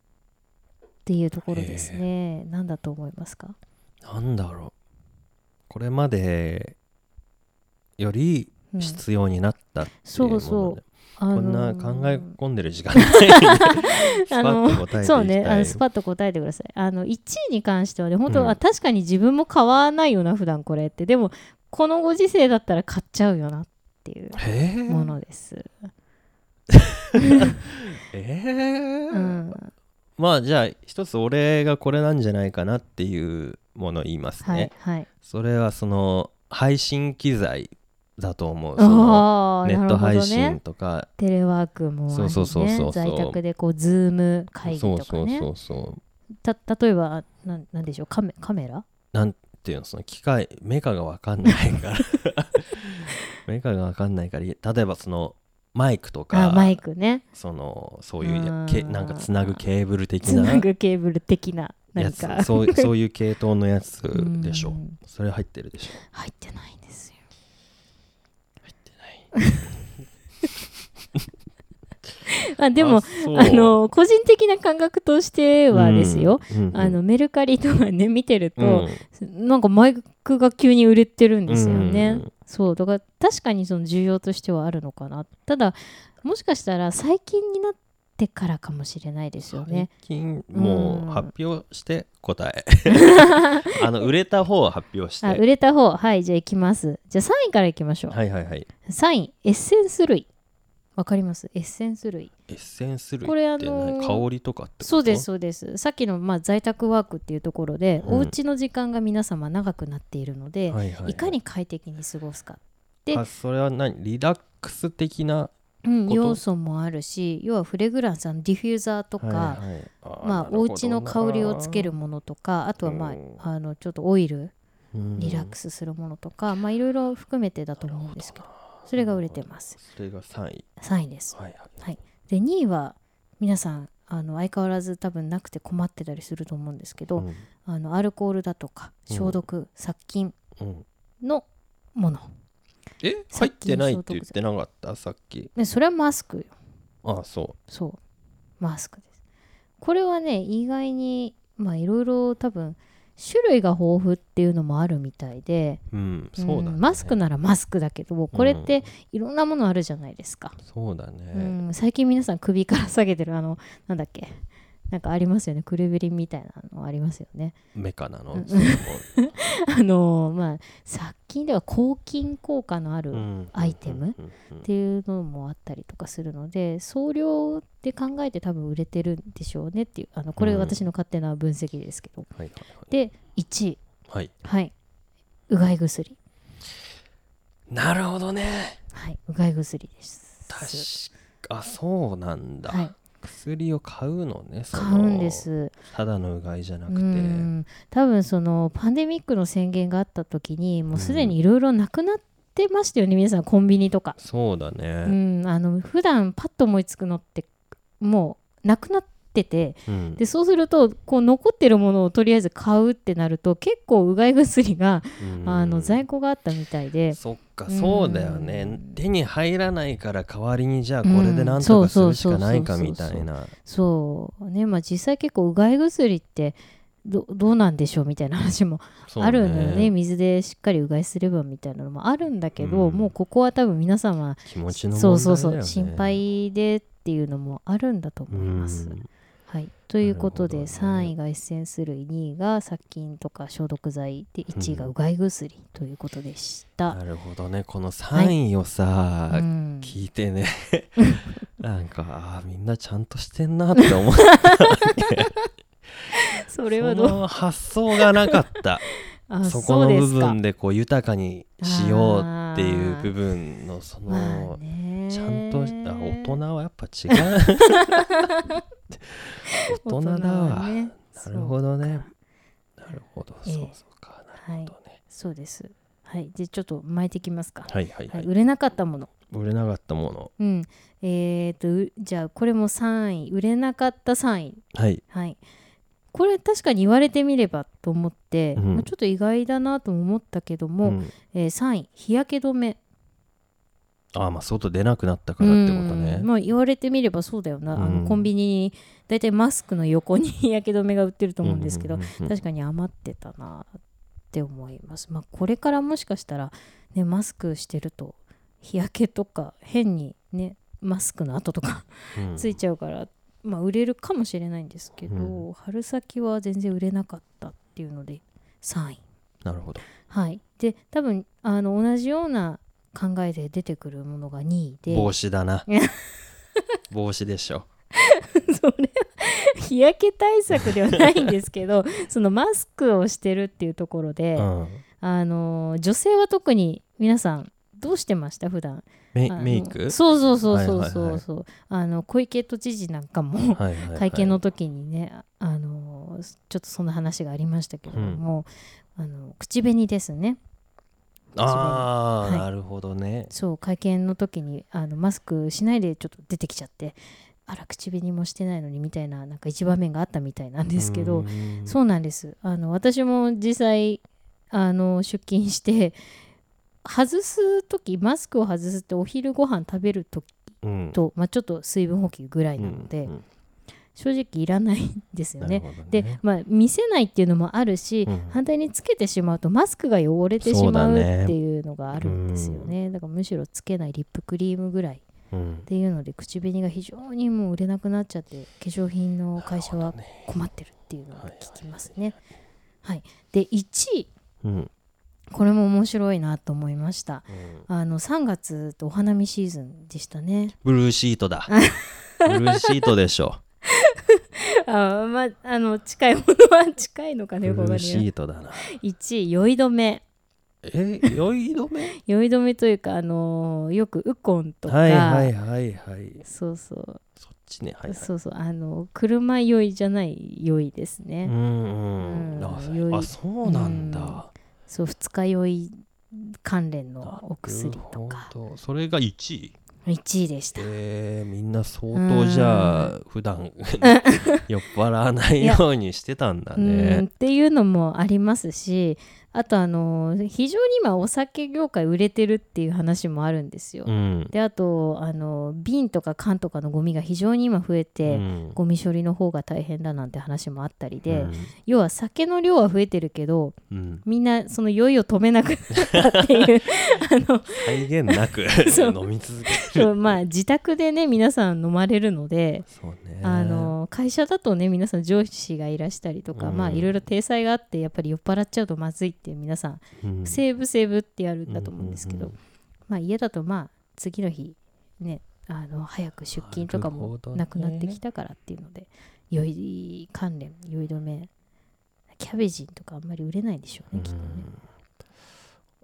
[SPEAKER 2] っていうところですね。何だと思いますか
[SPEAKER 1] なんだろうこれまでより
[SPEAKER 2] うん
[SPEAKER 1] 必要になったっていうも
[SPEAKER 2] そ
[SPEAKER 1] ので、
[SPEAKER 2] うそう
[SPEAKER 1] こ
[SPEAKER 2] あ
[SPEAKER 1] んな
[SPEAKER 2] の
[SPEAKER 1] 考
[SPEAKER 2] ー
[SPEAKER 1] え込んでる時 間ないんでスパ
[SPEAKER 2] あの
[SPEAKER 1] ッと答えていきたい
[SPEAKER 2] そうねあのスパッと答えてくださいあの1位に関してはね本当、
[SPEAKER 1] うん
[SPEAKER 2] あ確かに自分も買わないよな普段これってでもこのご時世だったら買っちゃうよなっていう
[SPEAKER 1] えー
[SPEAKER 2] ものです、
[SPEAKER 1] えー
[SPEAKER 2] うん
[SPEAKER 1] まあじゃあ一つ俺がこれなんじゃないかなっていうものを言いますね、
[SPEAKER 2] はいはい
[SPEAKER 1] それはその配信機材だと思うその
[SPEAKER 2] ああ
[SPEAKER 1] ネ
[SPEAKER 2] な
[SPEAKER 1] ッ
[SPEAKER 2] る
[SPEAKER 1] ト
[SPEAKER 2] ほ
[SPEAKER 1] 配
[SPEAKER 2] どね
[SPEAKER 1] 信とか、
[SPEAKER 2] テレワークもあり、
[SPEAKER 1] そ
[SPEAKER 2] ね、
[SPEAKER 1] うそうそうそうそう
[SPEAKER 2] 在宅でこうズーム会議と
[SPEAKER 1] そ
[SPEAKER 2] か
[SPEAKER 1] う
[SPEAKER 2] ね
[SPEAKER 1] そうそうそう
[SPEAKER 2] た例えばなんなんでしょうカメカメラ
[SPEAKER 1] なんていうのその機械メカが分かんない からメカが分かんないから例えばそのマイクと
[SPEAKER 2] あ
[SPEAKER 1] か
[SPEAKER 2] マイクね
[SPEAKER 1] そのそういう
[SPEAKER 2] あ
[SPEAKER 1] や
[SPEAKER 2] ー
[SPEAKER 1] けなんかつなぐケーブル的
[SPEAKER 2] つ
[SPEAKER 1] な
[SPEAKER 2] なぐケーブル的なな
[SPEAKER 1] や
[SPEAKER 2] ん
[SPEAKER 1] つ
[SPEAKER 2] か
[SPEAKER 1] そう そういう系統のやつ
[SPEAKER 2] うん
[SPEAKER 1] でしょそれ入ってるでしょ
[SPEAKER 2] 入ってないんですよ入ってない あでも
[SPEAKER 1] そう
[SPEAKER 2] あの個人的な感覚としてはですよ、、
[SPEAKER 1] うんうん
[SPEAKER 2] あのメルカリとかね見てる
[SPEAKER 1] う
[SPEAKER 2] と、
[SPEAKER 1] ん
[SPEAKER 2] なんかマイクが急に売れてるんですよね、
[SPEAKER 1] うん
[SPEAKER 2] そうだから確かにその需要としてはあるのかなただもしかしたら最近になってからかもしれないですよね
[SPEAKER 1] 最近
[SPEAKER 2] うん
[SPEAKER 1] もう発表して答えあの売れた方を発表して
[SPEAKER 2] あ
[SPEAKER 1] は
[SPEAKER 2] 売
[SPEAKER 1] い
[SPEAKER 2] れた方はいじゃあいきますじゃあ3位からいきましょう、
[SPEAKER 1] はいはい
[SPEAKER 2] 3位エッセンス類わかりますエッセンス類
[SPEAKER 1] エッセンス類
[SPEAKER 2] これ
[SPEAKER 1] って
[SPEAKER 2] あの
[SPEAKER 1] 何
[SPEAKER 2] ー
[SPEAKER 1] 香りとかってこと
[SPEAKER 2] そうですそうですさっきのまあ在宅ワークっていうところで、
[SPEAKER 1] うん
[SPEAKER 2] お家の時間が皆様長くなっているので、
[SPEAKER 1] はいはいはい
[SPEAKER 2] いかに快適に過ごすか、で
[SPEAKER 1] あそれは何リラックス的な
[SPEAKER 2] うん
[SPEAKER 1] こと
[SPEAKER 2] 要素もあるし要はフレグランスあのディフューザーとか、
[SPEAKER 1] はいはいー
[SPEAKER 2] まあ
[SPEAKER 1] な、る
[SPEAKER 2] お
[SPEAKER 1] ほど
[SPEAKER 2] 家の香りをつける
[SPEAKER 1] な
[SPEAKER 2] ものとかあとは、まあ
[SPEAKER 1] うん
[SPEAKER 2] あのちょっとオイル
[SPEAKER 1] うん
[SPEAKER 2] リラックスするものとか、まあ、いろいろ含めてだと思うんですけどそれが売れてます
[SPEAKER 1] それが3位
[SPEAKER 2] 3位です
[SPEAKER 1] はいはい
[SPEAKER 2] で2位は皆さんあの相変わらず多分なくて困ってたりすると思うんですけど、
[SPEAKER 1] うん
[SPEAKER 2] あのアルコールだとか
[SPEAKER 1] うん
[SPEAKER 2] 消毒、殺菌
[SPEAKER 1] うん
[SPEAKER 2] のもの
[SPEAKER 1] え
[SPEAKER 2] さ
[SPEAKER 1] 入
[SPEAKER 2] っ
[SPEAKER 1] っ
[SPEAKER 2] き
[SPEAKER 1] て
[SPEAKER 2] の
[SPEAKER 1] ないって言ってなかったさっき
[SPEAKER 2] でそれはマスクよ
[SPEAKER 1] あそ
[SPEAKER 2] そうマスクですこれはね意外にまあいろいろ多分種類が豊富っていうのもあるみたいで、
[SPEAKER 1] ううんそうだ、
[SPEAKER 2] う
[SPEAKER 1] ね、
[SPEAKER 2] んマスクならマスクだけどこれっていろんなものあるじゃないですか、
[SPEAKER 1] そうだね、
[SPEAKER 2] うん、最近皆さん首から下げてるあのなんだっけなんかありますよねくるぶりみたいなのありますよね
[SPEAKER 1] メカなの、
[SPEAKER 2] うん
[SPEAKER 1] それも
[SPEAKER 2] あのーまあ殺菌では抗菌効果のある
[SPEAKER 1] うん
[SPEAKER 2] アイテム
[SPEAKER 1] うんうん
[SPEAKER 2] っていうのもあったりとかするので総量で考えて多分売れてるんでしょうねっていうあのこれ
[SPEAKER 1] うん
[SPEAKER 2] 私の勝手な分析ですけど、
[SPEAKER 1] はいはいはい
[SPEAKER 2] で1位
[SPEAKER 1] はい
[SPEAKER 2] はいうがい薬
[SPEAKER 1] なるほどね
[SPEAKER 2] はいうがい薬です
[SPEAKER 1] 確かあそうなんだ、
[SPEAKER 2] はい
[SPEAKER 1] 薬を買うのねその
[SPEAKER 2] 買うんです
[SPEAKER 1] ただのうがいじゃなくて
[SPEAKER 2] うん多分そのパンデミックの宣言があった時にもうすでにいろいろなくなってましたよね、皆さんコンビニとか、
[SPEAKER 1] そうだ
[SPEAKER 2] う
[SPEAKER 1] ね、
[SPEAKER 2] ん、あの普段パッと思いつくのってもうなくなってて
[SPEAKER 1] うん
[SPEAKER 2] でそうするとこう残ってるものをとりあえず買うってなると結構うがい薬が、
[SPEAKER 1] うん
[SPEAKER 2] あの在庫があったみたいで。
[SPEAKER 1] そっかそうだよね、
[SPEAKER 2] うん
[SPEAKER 1] 手に入らないから代わりにじゃあこ
[SPEAKER 2] うん
[SPEAKER 1] れでなんとかす
[SPEAKER 2] そう
[SPEAKER 1] るし
[SPEAKER 2] そ
[SPEAKER 1] か
[SPEAKER 2] うそうそう
[SPEAKER 1] ないかみたいな
[SPEAKER 2] そうねまあ、実際結構うがい薬ってどどうなんでしょうみたいな話も
[SPEAKER 1] そう
[SPEAKER 2] あるんだよね水でしっかりうがいすればみたいなのもあるんだけど、
[SPEAKER 1] うん
[SPEAKER 2] もうここは多分皆様
[SPEAKER 1] 気持ちの問題だよね
[SPEAKER 2] そうそうそう心配でっていうのもあるんだと
[SPEAKER 1] う
[SPEAKER 2] 思います。
[SPEAKER 1] ん
[SPEAKER 2] はい、ということで、
[SPEAKER 1] なるほどね
[SPEAKER 2] 3位がエッセンス類2位が殺菌とか消毒剤で1位が
[SPEAKER 1] うん
[SPEAKER 2] うがい薬ということでした。
[SPEAKER 1] なるほどねこの3位をさ、
[SPEAKER 2] うん
[SPEAKER 1] 聞いて ねなんかあーみんなちゃんとしてんなって思 って
[SPEAKER 2] そ
[SPEAKER 1] そ
[SPEAKER 2] れはどう
[SPEAKER 1] の発想がなか った
[SPEAKER 2] あ
[SPEAKER 1] そこの部
[SPEAKER 2] か
[SPEAKER 1] 分でこう豊かにしようっていう部分のそ
[SPEAKER 2] まあ
[SPEAKER 1] の、
[SPEAKER 2] ね
[SPEAKER 1] ちゃんとした大人はやっぱ違う大人だ
[SPEAKER 2] 大人は
[SPEAKER 1] わ、
[SPEAKER 2] ね
[SPEAKER 1] なるほどねなるほど
[SPEAKER 2] え
[SPEAKER 1] そ
[SPEAKER 2] え
[SPEAKER 1] うそうか、なるほどね
[SPEAKER 2] そうです。はい、でちょっと巻いていきますか。
[SPEAKER 1] はいはいは、
[SPEAKER 2] はいい、売れなかったもの
[SPEAKER 1] 売れなかったもの
[SPEAKER 2] うん、えー、とうじゃあこれも3位売れなかった3位
[SPEAKER 1] はい
[SPEAKER 2] はいこれ確かに言われてみればと思って、
[SPEAKER 1] うん
[SPEAKER 2] まあちょっと意外だなとも思ったけども、
[SPEAKER 1] うん
[SPEAKER 2] えー3位日焼け止め
[SPEAKER 1] ああまあ外出なくなったからってことね
[SPEAKER 2] うんまあ言われてみればそうだよな、あ
[SPEAKER 1] うん
[SPEAKER 2] のコンビニに大体マスクの横に 焼け止めが売ってると
[SPEAKER 1] と
[SPEAKER 2] 思うんですけど、
[SPEAKER 1] 確
[SPEAKER 2] 確かに余ってたなって思います、まあ、これからもしかしたら、ね、マスクしてると日焼けとか変にねマスクの跡とかついちゃうから、まあ、売れるかもしれないんですけど、
[SPEAKER 1] う
[SPEAKER 2] 春先は全然売れなかったっていうので3位
[SPEAKER 1] なるほど
[SPEAKER 2] はいで多分あの同じような考えで出てくるものが2位で
[SPEAKER 1] 帽子だな帽子でしょ
[SPEAKER 2] それは日焼け対策ではないんですけ どそのマスクをしてるっていうところで、
[SPEAKER 1] うん
[SPEAKER 2] あの女性は特に皆さんどうしてました普段
[SPEAKER 1] メ
[SPEAKER 2] あの
[SPEAKER 1] メイク
[SPEAKER 2] そうそうそうそう
[SPEAKER 1] はいはい
[SPEAKER 2] そ
[SPEAKER 1] は
[SPEAKER 2] う
[SPEAKER 1] い
[SPEAKER 2] そうあの小池都知事なんかも
[SPEAKER 1] はいはいはい
[SPEAKER 2] 会見の時にねあのちょっとそんな話がありましたけれども、あの口紅ですね
[SPEAKER 1] ああ、
[SPEAKER 2] はい
[SPEAKER 1] なるほどね
[SPEAKER 2] そう会見の時にあのマスクしないでちょっと出てきちゃってあら口紅もしてないのにみたいななんか一場面があったみたいなんですけど、
[SPEAKER 1] うん
[SPEAKER 2] そうなんですあの私も実際あの出勤して外す時マスクを外すってお昼ご飯食べる時
[SPEAKER 1] うん
[SPEAKER 2] と、まあ、ちょっと水分補給ぐらいなので、
[SPEAKER 1] うんうん
[SPEAKER 2] 正直いらないんですよ
[SPEAKER 1] なる
[SPEAKER 2] ね。
[SPEAKER 1] ほどね
[SPEAKER 2] で、まあ、見せないっていうのもあるし、
[SPEAKER 1] うん
[SPEAKER 2] 反対につけてしまうとマスクが汚れてしま
[SPEAKER 1] そう
[SPEAKER 2] う
[SPEAKER 1] だね
[SPEAKER 2] っていうのがあるんですよねだからむしろつけないリップクリームぐらい
[SPEAKER 1] うん
[SPEAKER 2] っていうので口紅が非常にもう売れなくなっちゃって化粧品の会社は困ってるっていうのを聞きますね。はい、で1位
[SPEAKER 1] うん
[SPEAKER 2] これも面白いなと思いました。あの3月とお花見シーズンでしたね。
[SPEAKER 1] ブルーシートだブルーシートでしょ
[SPEAKER 2] あまあの近いものは近いのか
[SPEAKER 1] ブ
[SPEAKER 2] ね
[SPEAKER 1] ル
[SPEAKER 2] よくわか
[SPEAKER 1] ー
[SPEAKER 2] んない
[SPEAKER 1] シートだな
[SPEAKER 2] 1位酔い止め
[SPEAKER 1] え酔い止め
[SPEAKER 2] 酔い止めというか、あのーよくウコンとか、
[SPEAKER 1] はいはいはいはい
[SPEAKER 2] そうそう、
[SPEAKER 1] そっちねはいはい
[SPEAKER 2] そうそうあの車酔いじゃない酔いですね、
[SPEAKER 1] うんうん
[SPEAKER 2] うん
[SPEAKER 1] あ
[SPEAKER 2] 酔い
[SPEAKER 1] あそうなんだ
[SPEAKER 2] うんそう二日酔い関連のお
[SPEAKER 1] な
[SPEAKER 2] 薬
[SPEAKER 1] る
[SPEAKER 2] と
[SPEAKER 1] ほ
[SPEAKER 2] か
[SPEAKER 1] どそれが1位
[SPEAKER 2] 1位でした
[SPEAKER 1] えー、みんな相当じゃあ普段 酔っ払わないようにしてたんだ
[SPEAKER 2] うんっ
[SPEAKER 1] ね。
[SPEAKER 2] ていうのもありますしあとあの非常に今お酒業界売れてるっていう話もあるんですよ。
[SPEAKER 1] うん。
[SPEAKER 2] であとあの瓶とか缶とかのゴミが非常に今増えて、
[SPEAKER 1] うん
[SPEAKER 2] ゴミ処理の方が大変だなんて話もあったりで、
[SPEAKER 1] うん
[SPEAKER 2] 要は酒の量は増えてるけど
[SPEAKER 1] うん、
[SPEAKER 2] みんなその酔いを止めなくなったって いうあの
[SPEAKER 1] 再現なく
[SPEAKER 2] そう
[SPEAKER 1] 飲み続ける。
[SPEAKER 2] そうまあ自宅でね皆さん飲まれるので。
[SPEAKER 1] そうね。
[SPEAKER 2] あの会社だとね皆さん上司がいらしたりとか、
[SPEAKER 1] うん
[SPEAKER 2] まあいろいろ体裁があってやっぱり酔っ払っちゃうとまずいって皆さん
[SPEAKER 1] うん、
[SPEAKER 2] セーブセーブってやるんだと思うんですけど、
[SPEAKER 1] うんうんうん
[SPEAKER 2] まあ家だとまあ次の日ねあの早く出勤とか
[SPEAKER 1] なる
[SPEAKER 2] も
[SPEAKER 1] ほどね
[SPEAKER 2] なくなってきたからっていうので、酔い関連酔い止めキャベジンとかあんまり売れないでしょうね、きっとね
[SPEAKER 1] うん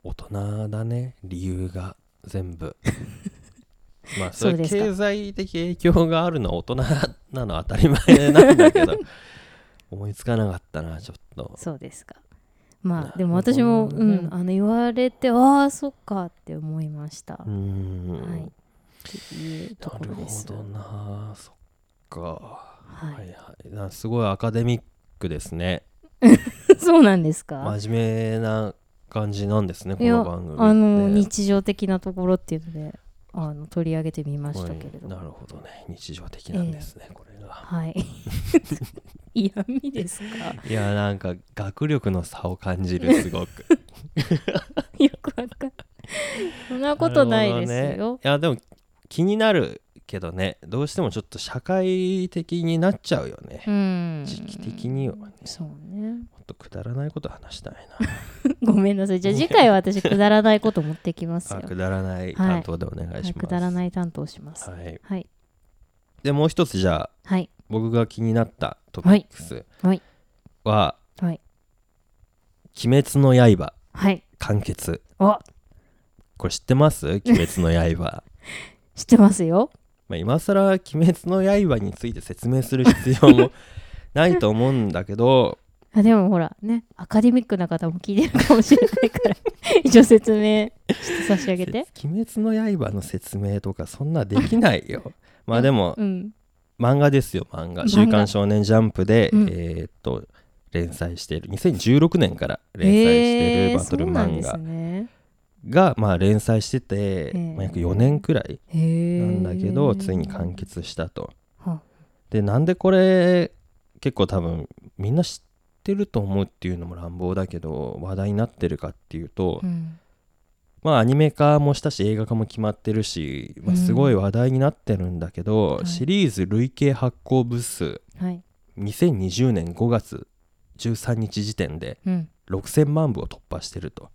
[SPEAKER 1] 大人だね理由が全 部。まあそ
[SPEAKER 2] そう
[SPEAKER 1] れ
[SPEAKER 2] ですか
[SPEAKER 1] 経済的影響があるのは大人なのは当たり前なんだけど 思いつかなかったなちょっと。
[SPEAKER 2] そうですか
[SPEAKER 1] な
[SPEAKER 2] ま
[SPEAKER 1] るほど
[SPEAKER 2] あ
[SPEAKER 1] ね
[SPEAKER 2] でも私も、うんあの言われてああそっかって思いました、
[SPEAKER 1] うん、
[SPEAKER 2] はいっていうところです
[SPEAKER 1] なるほどなそっかは
[SPEAKER 2] はい
[SPEAKER 1] いはいなすごいアカデミックですね
[SPEAKER 2] そうなんですか。
[SPEAKER 1] 真面目な感じなんですねこ
[SPEAKER 2] いや
[SPEAKER 1] の番組って
[SPEAKER 2] あの日常的なところっていうのであの取り上げてみましたけれど
[SPEAKER 1] うんな
[SPEAKER 2] も。
[SPEAKER 1] るほどね日常的なんですね、これが
[SPEAKER 2] はい。 嫌味ですか。
[SPEAKER 1] いやなんか学力の差を感じるすご く
[SPEAKER 2] よくわかん。そんなことない
[SPEAKER 1] るほ
[SPEAKER 2] です
[SPEAKER 1] どね
[SPEAKER 2] よ。
[SPEAKER 1] いやでも気になるけどねどうしてもちょっと社会的になっちゃうよね、
[SPEAKER 2] うん。
[SPEAKER 1] 時期的にはね
[SPEAKER 2] そうね。
[SPEAKER 1] もっとくだらないこと話したい
[SPEAKER 2] ごめんなさい。じゃあ次回は私くだらないこと持ってきます
[SPEAKER 1] な
[SPEAKER 2] よ
[SPEAKER 1] あ。くだらない担当でお願いします、
[SPEAKER 2] はい、くだらない担当します。
[SPEAKER 1] はい、
[SPEAKER 2] はい。
[SPEAKER 1] でもう一つじゃあ
[SPEAKER 2] はい。
[SPEAKER 1] 僕が気になったトピックス
[SPEAKER 2] はい
[SPEAKER 1] は「
[SPEAKER 2] はい。
[SPEAKER 1] 鬼滅の刃
[SPEAKER 2] はい。」
[SPEAKER 1] 完結
[SPEAKER 2] お、
[SPEAKER 1] これ知ってます鬼滅の刃
[SPEAKER 2] 知ってますよ。
[SPEAKER 1] まあ今更鬼滅の刃」について説明する必要もないと思うんだけ ど
[SPEAKER 2] あでもほらねアカデミックな方も聞いてるかもしれな いから一応説明して差し上
[SPEAKER 1] 「
[SPEAKER 2] げて
[SPEAKER 1] 鬼滅の刃」の説明とかそんなできない よまあでも
[SPEAKER 2] うん
[SPEAKER 1] 漫画ですよ漫画「
[SPEAKER 2] 漫画
[SPEAKER 1] 週刊少年ジャンプで」
[SPEAKER 2] うん
[SPEAKER 1] えーっと連載している2016年から連載してい
[SPEAKER 2] へー
[SPEAKER 1] るバトル
[SPEAKER 2] そうなん
[SPEAKER 1] 漫
[SPEAKER 2] です
[SPEAKER 1] 画
[SPEAKER 2] ね
[SPEAKER 1] が、まあ、連載してて、
[SPEAKER 2] え
[SPEAKER 1] まあ、約4年くらい
[SPEAKER 2] へえ
[SPEAKER 1] なんだけど、ついに完結したと。
[SPEAKER 2] は
[SPEAKER 1] でなんでこれ結構多分みんな知ってると思うっていうのも乱暴だけど話題になってるかっていうと、
[SPEAKER 2] うん
[SPEAKER 1] まあアニメ化もしたし映画化も決まってるし、まあ、すごい話題になってるんだけど、
[SPEAKER 2] はい
[SPEAKER 1] シリーズ累計発行部数
[SPEAKER 2] はい
[SPEAKER 1] 2020年5月13日時点で
[SPEAKER 2] うん
[SPEAKER 1] 6000万部を突破してると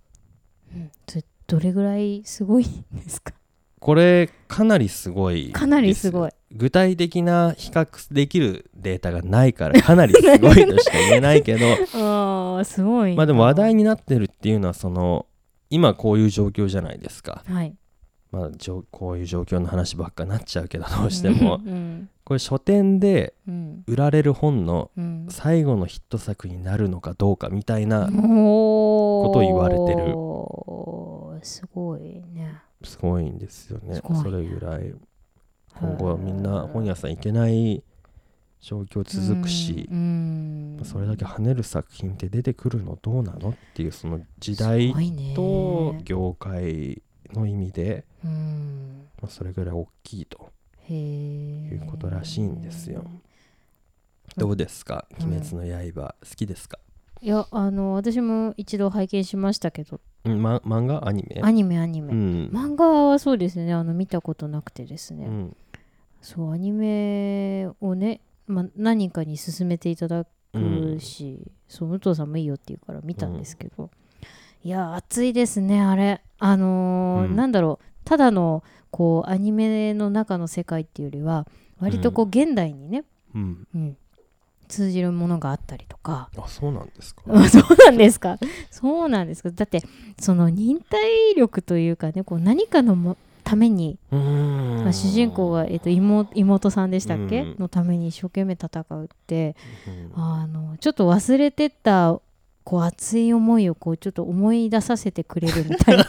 [SPEAKER 2] うんそれどれぐらいすごいんですか
[SPEAKER 1] これかなりすごい
[SPEAKER 2] かなりす
[SPEAKER 1] い
[SPEAKER 2] ごい
[SPEAKER 1] 具体的な比較できるデータがないからかなりすごいとしか言えないけど
[SPEAKER 2] ああすごい
[SPEAKER 1] まあでも話題
[SPEAKER 2] に
[SPEAKER 1] になってるっていうのはその今こういう状況じゃないですか、
[SPEAKER 2] はい
[SPEAKER 1] まあ、じょこういう状況の話ばっかなっちゃうけどどうしても
[SPEAKER 2] うん
[SPEAKER 1] これ書店で
[SPEAKER 2] うん
[SPEAKER 1] 売られる本の
[SPEAKER 2] うん
[SPEAKER 1] 最後のヒット作になるのかどうかみたいな
[SPEAKER 2] こ
[SPEAKER 1] ことを言われてる
[SPEAKER 2] すごいね
[SPEAKER 1] すごいんですよね
[SPEAKER 2] すごいね
[SPEAKER 1] それぐらい今後はみんな本屋さん行けない状況続くし
[SPEAKER 2] う、んうん
[SPEAKER 1] それだけ跳ねる作品って出てくるのどうなのっていうその時
[SPEAKER 2] す
[SPEAKER 1] 代
[SPEAKER 2] ごいね
[SPEAKER 1] と業界の意味で、
[SPEAKER 2] うん
[SPEAKER 1] まあ、それぐらい大きいと
[SPEAKER 2] へえ
[SPEAKER 1] いうことらしいんですよどうですか「
[SPEAKER 2] うん
[SPEAKER 1] 鬼滅の刃」好きですか、
[SPEAKER 2] いやあの私も一度拝見しましたけど
[SPEAKER 1] うんま、漫画アニメ
[SPEAKER 2] アニメアニ
[SPEAKER 1] う
[SPEAKER 2] メ、
[SPEAKER 1] ん、
[SPEAKER 2] 漫画はそうですねあの見たことなくてですね、
[SPEAKER 1] うん
[SPEAKER 2] そうアニメをね、まあ、何人かに勧めていただ
[SPEAKER 1] うん
[SPEAKER 2] くし、そう武藤さんもいいよって言うから見たんですけど、いや熱いですねあれあの
[SPEAKER 1] う
[SPEAKER 2] ー
[SPEAKER 1] ん
[SPEAKER 2] なんだろうただのこうアニメの中の世界っていうよりは割とこう現代にね、
[SPEAKER 1] うん、
[SPEAKER 2] うん通じるものがあったりとか、
[SPEAKER 1] あそうなんですか、
[SPEAKER 2] あそうなんですか。そうなんですか。だってその忍耐力というかね、こう何かのもために、
[SPEAKER 1] うん
[SPEAKER 2] まあ主人公はえっと妹妹さんでしたっけ、
[SPEAKER 1] うん
[SPEAKER 2] のために一生懸命戦うって、
[SPEAKER 1] うん
[SPEAKER 2] あのちょっと忘れてた。こう熱い思いをこうちょっと思い出させてくれるみたい な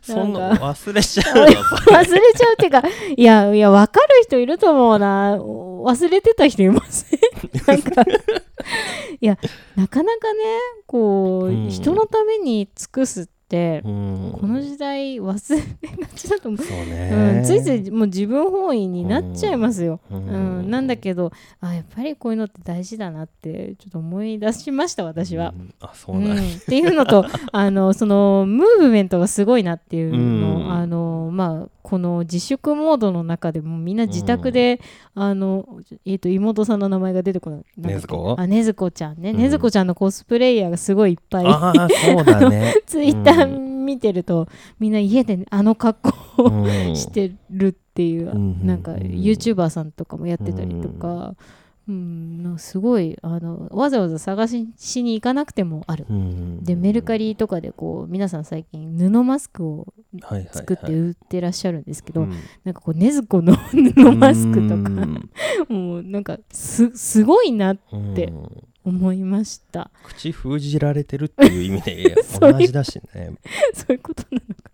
[SPEAKER 1] そんな
[SPEAKER 2] なん
[SPEAKER 1] 忘れちゃうよ
[SPEAKER 2] 忘れちゃうっていうかいやいや分かる人いると思うなお忘れてた人いませ んなんかいやなかなかねこう、
[SPEAKER 1] うん
[SPEAKER 2] 人のために尽くすって、
[SPEAKER 1] うん
[SPEAKER 2] この時代忘れがちだと思う、
[SPEAKER 1] そうね、
[SPEAKER 2] うん、ついついもう自分本位になっちゃいますよ、
[SPEAKER 1] う
[SPEAKER 2] うんなんだけどあやっぱりこういうのって大事だなってちょっと思い出しました私は。
[SPEAKER 1] うんあそううなん
[SPEAKER 2] ん、
[SPEAKER 1] や
[SPEAKER 2] っていう のとあのそのムーブメントがすごいなっていうの,、
[SPEAKER 1] うん
[SPEAKER 2] あのまあ、この自粛モードの中でもうみんな自宅で、あのえー、と妹さんの名前が出てこないなんだっけ
[SPEAKER 1] 禰豆子
[SPEAKER 2] あ禰豆子ちゃんね
[SPEAKER 1] うん
[SPEAKER 2] 禰豆子ちゃんのコスプレイヤーがすごいいっぱい、
[SPEAKER 1] ああそうだ ね
[SPEAKER 2] ツイッタ
[SPEAKER 1] う
[SPEAKER 2] ー見てるとみんな家で、あの格好を、
[SPEAKER 1] うん
[SPEAKER 2] してるっていう、
[SPEAKER 1] うん
[SPEAKER 2] なんか
[SPEAKER 1] うん
[SPEAKER 2] YouTuber さんとかもやってたりとか、うんなんかすごいあのわざわざ探ししに行かなくてもある。
[SPEAKER 1] うん
[SPEAKER 2] でメルカリとかでこう皆さん最近布マスクを
[SPEAKER 1] はいはいはい
[SPEAKER 2] 作って売ってらっしゃるんですけど、
[SPEAKER 1] うん
[SPEAKER 2] なんかこう禰豆子の 布マスクとか
[SPEAKER 1] うん
[SPEAKER 2] もうなんかすすごいなて
[SPEAKER 1] うん
[SPEAKER 2] 思いました。
[SPEAKER 1] 口封じられてるっていう意味で
[SPEAKER 2] そういう
[SPEAKER 1] 同じだしね
[SPEAKER 2] そういうことなのか。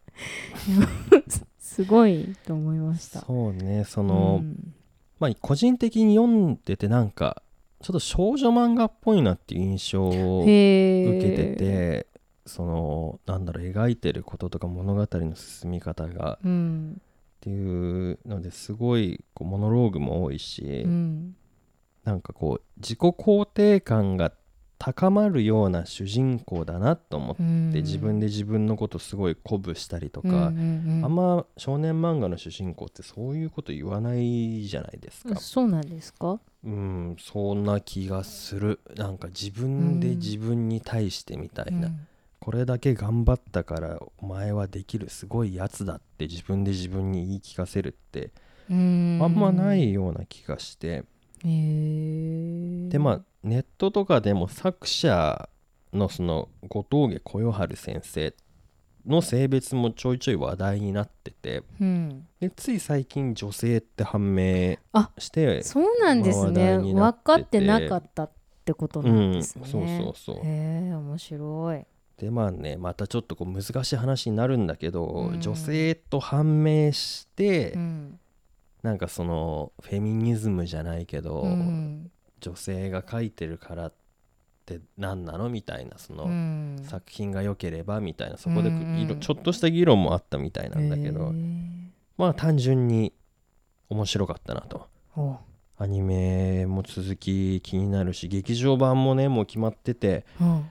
[SPEAKER 2] いや すごいと思いました。
[SPEAKER 1] そうねそうの、
[SPEAKER 2] ん
[SPEAKER 1] まあ個人的に読んでてなんかちょっと少女漫画っぽいなっていう印象を受
[SPEAKER 2] へー
[SPEAKER 1] けててそのなんだろう描いてることとか物語の進み方が
[SPEAKER 2] うん
[SPEAKER 1] っていうのですごいこうモノローグも多いし、
[SPEAKER 2] うん
[SPEAKER 1] なんかこう自己肯定感が高まるような主人公だなと思って、
[SPEAKER 2] うん、
[SPEAKER 1] 自分で自分のことすごい鼓舞したりと
[SPEAKER 2] うん
[SPEAKER 1] か、
[SPEAKER 2] うんうん
[SPEAKER 1] あんま少年漫画の主人公ってそういうこと言わないじゃないですか。
[SPEAKER 2] そうなんですか
[SPEAKER 1] うん、そんな気がする。なんか自分で自分に対してみたいな、
[SPEAKER 2] うん
[SPEAKER 1] これだけ頑張ったからお前はできるすごいやつだって自分で自分に言い聞かせるって
[SPEAKER 2] うん
[SPEAKER 1] あんまないような気がして、
[SPEAKER 2] へー
[SPEAKER 1] でまあネットとかでも作者のその後峠小夜春先生の性別もちょいちょい話題になってて
[SPEAKER 2] うん
[SPEAKER 1] でつい最近女性って判明
[SPEAKER 2] あ
[SPEAKER 1] して
[SPEAKER 2] そうなんです
[SPEAKER 1] まあ
[SPEAKER 2] ね
[SPEAKER 1] 話題になってて
[SPEAKER 2] 分かってなかったってことなんですね、
[SPEAKER 1] うんそうそうそう
[SPEAKER 2] へえ面白い
[SPEAKER 1] でまあねまたちょっとこう難しい話になるんだけど、
[SPEAKER 2] うん
[SPEAKER 1] 女性と判明して、
[SPEAKER 2] うん
[SPEAKER 1] なんかそのフェミニズムじゃないけど、
[SPEAKER 2] うん
[SPEAKER 1] 女性が書いてるからって何なのみたいなその、
[SPEAKER 2] うん
[SPEAKER 1] 作品が良ければみたいなそこでく
[SPEAKER 2] うんうん
[SPEAKER 1] いろちょっとした議論もあったみたいなんだけ
[SPEAKER 2] へ
[SPEAKER 1] ど
[SPEAKER 2] ー
[SPEAKER 1] まあ単純に面白かったなと
[SPEAKER 2] お
[SPEAKER 1] アニメも続き気になるし劇場版もねもう決まってて
[SPEAKER 2] うん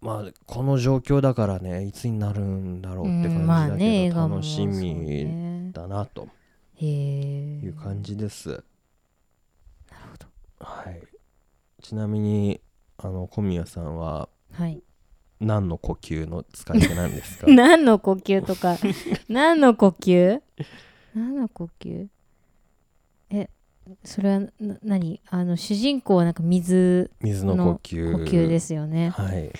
[SPEAKER 1] まあこの状況だからねいつになるんだろうって
[SPEAKER 2] うんまあ
[SPEAKER 1] 感
[SPEAKER 2] ね
[SPEAKER 1] じ
[SPEAKER 2] 映
[SPEAKER 1] だけど
[SPEAKER 2] 画も
[SPEAKER 1] 楽し
[SPEAKER 2] そう
[SPEAKER 1] み
[SPEAKER 2] ね
[SPEAKER 1] だなと
[SPEAKER 2] へ
[SPEAKER 1] い
[SPEAKER 2] え
[SPEAKER 1] う感じです
[SPEAKER 2] なるほど
[SPEAKER 1] はいちなみにあの小宮さんは
[SPEAKER 2] はい
[SPEAKER 1] 何の呼吸の使い手なんです か
[SPEAKER 2] 何の呼吸 とか何の呼吸何の呼吸えそれはな何あの主人公はなんか水
[SPEAKER 1] 水の呼吸
[SPEAKER 2] 呼吸ですよね
[SPEAKER 1] はい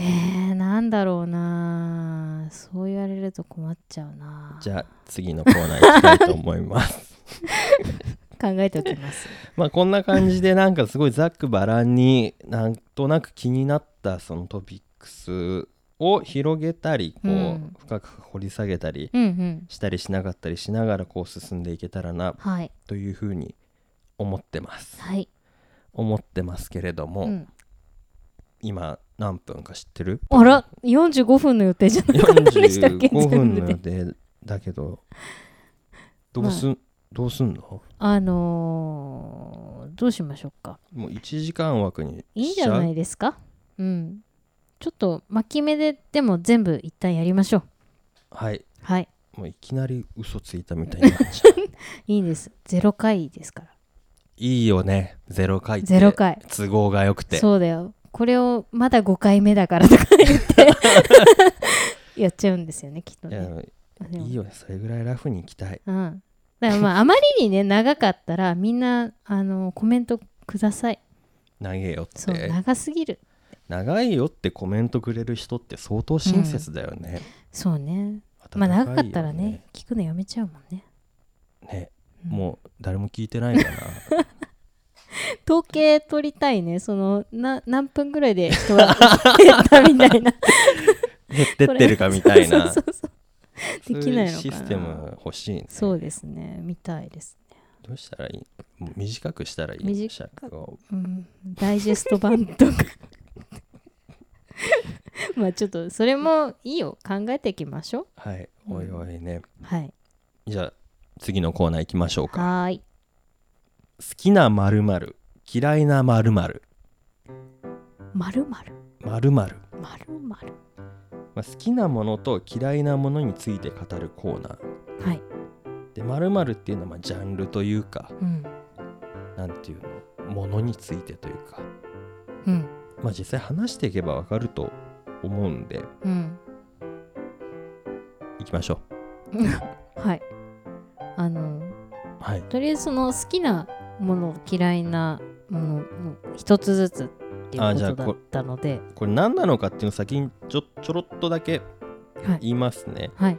[SPEAKER 2] えー、なんだろうなそう言われると困っちゃうな
[SPEAKER 1] じゃあ次のコーナー行きたいと思います
[SPEAKER 2] 考えてお きます
[SPEAKER 1] まあこんな感じでなんかすごいざっくばらんになんとなく気になったそのトピックスを広げたりこう、
[SPEAKER 2] うん
[SPEAKER 1] 深く掘り下げたり
[SPEAKER 2] うんうん
[SPEAKER 1] したりしなかったりしながらこう進んでいけたらな
[SPEAKER 2] はい
[SPEAKER 1] というふうに思ってます
[SPEAKER 2] はい
[SPEAKER 1] 思ってますけれども、
[SPEAKER 2] うん
[SPEAKER 1] 今何分か知ってる
[SPEAKER 2] あら45分の予定じゃなかったでしたっけ
[SPEAKER 1] 45分の
[SPEAKER 2] 全
[SPEAKER 1] 予
[SPEAKER 2] 部で
[SPEAKER 1] 定だけどどうすん、どうすんの
[SPEAKER 2] あのー、どうしましょうか
[SPEAKER 1] もう1時間枠に
[SPEAKER 2] いいん
[SPEAKER 1] し
[SPEAKER 2] じ
[SPEAKER 1] ち
[SPEAKER 2] ゃ
[SPEAKER 1] ゃう
[SPEAKER 2] ないですかうんちょっと巻き目ででも全部一旦やりましょう
[SPEAKER 1] はい
[SPEAKER 2] はい
[SPEAKER 1] もういきなり嘘ついたみたいになっち ゃう
[SPEAKER 2] いいんですゼロ回ですから
[SPEAKER 1] いいよねゼロ回って
[SPEAKER 2] ゼロ回
[SPEAKER 1] 都合がよくて
[SPEAKER 2] そうだよこれをまだ5回目だからとか言って やっちゃうんですよねきっと
[SPEAKER 1] い
[SPEAKER 2] ね
[SPEAKER 1] や
[SPEAKER 2] でも
[SPEAKER 1] いいよねそれぐらいラフにいきたい
[SPEAKER 2] うんだからまああまりにね長かったらみんなあのコメントください
[SPEAKER 1] 投げよっ
[SPEAKER 2] そう
[SPEAKER 1] て
[SPEAKER 2] 長すぎる
[SPEAKER 1] 長いよってコメントくれる人って相当親切だよね、
[SPEAKER 2] そうねまあ
[SPEAKER 1] 温いよ
[SPEAKER 2] 長かったらね聞くのやめちゃうもん ね
[SPEAKER 1] ね
[SPEAKER 2] うん
[SPEAKER 1] もう誰も聞いてないかな
[SPEAKER 2] 統計取りたいねそのな何分ぐらいで人が減ったみた い
[SPEAKER 1] 減
[SPEAKER 2] な
[SPEAKER 1] ってってるかみた いな
[SPEAKER 2] そうそうそうそうできないのか
[SPEAKER 1] そ
[SPEAKER 2] な
[SPEAKER 1] ういうシステム欲しいね
[SPEAKER 2] そうですね見たいです
[SPEAKER 1] どうしたらいいもう短くしたらいい
[SPEAKER 2] 短く
[SPEAKER 1] 尺を
[SPEAKER 2] うんダイジェスト版とか まあちょっとそれもいいよ考えていきましょ
[SPEAKER 1] はい
[SPEAKER 2] うん
[SPEAKER 1] おいおいね、
[SPEAKER 2] うはい
[SPEAKER 1] じゃあ次のコーナー行きましょうか
[SPEAKER 2] はーい
[SPEAKER 1] 好きなまるまる嫌いなまるまる
[SPEAKER 2] まるまる
[SPEAKER 1] まるまる
[SPEAKER 2] まるまる
[SPEAKER 1] まあ、好きなものと嫌いなものについて語るコーナー
[SPEAKER 2] はい
[SPEAKER 1] で〇〇っていうのはまあジャンルというか
[SPEAKER 2] うん
[SPEAKER 1] なんていうのものについてというか
[SPEAKER 2] うん
[SPEAKER 1] まあ実際話していけばわかると思うんで
[SPEAKER 2] うん
[SPEAKER 1] いきましょ
[SPEAKER 2] はいあの
[SPEAKER 1] うはい
[SPEAKER 2] とりあえずその好きなもの嫌いなものの一つずつっていう
[SPEAKER 1] あ
[SPEAKER 2] こ
[SPEAKER 1] じゃあ
[SPEAKER 2] とだったので
[SPEAKER 1] これ何なのかっていうのを先にちょちょろっとだけ
[SPEAKER 2] はい
[SPEAKER 1] 言いますね、
[SPEAKER 2] はい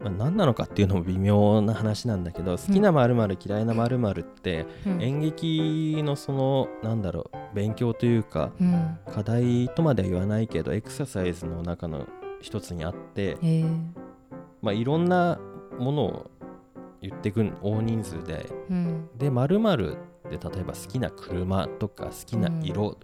[SPEAKER 1] まあ、何なのかっていうのも微妙な話なんだけど好きな〇〇嫌いな〇〇って
[SPEAKER 2] うん
[SPEAKER 1] 演劇のそのなんだろう勉強というか
[SPEAKER 2] うん
[SPEAKER 1] 課題とまでは言わないけどエクササイズの中の一つにあって、
[SPEAKER 2] えー
[SPEAKER 1] まあ、いろんなものを言ってくん大人数で
[SPEAKER 2] うん
[SPEAKER 1] で〇〇で例えば好きな車とか好きな色、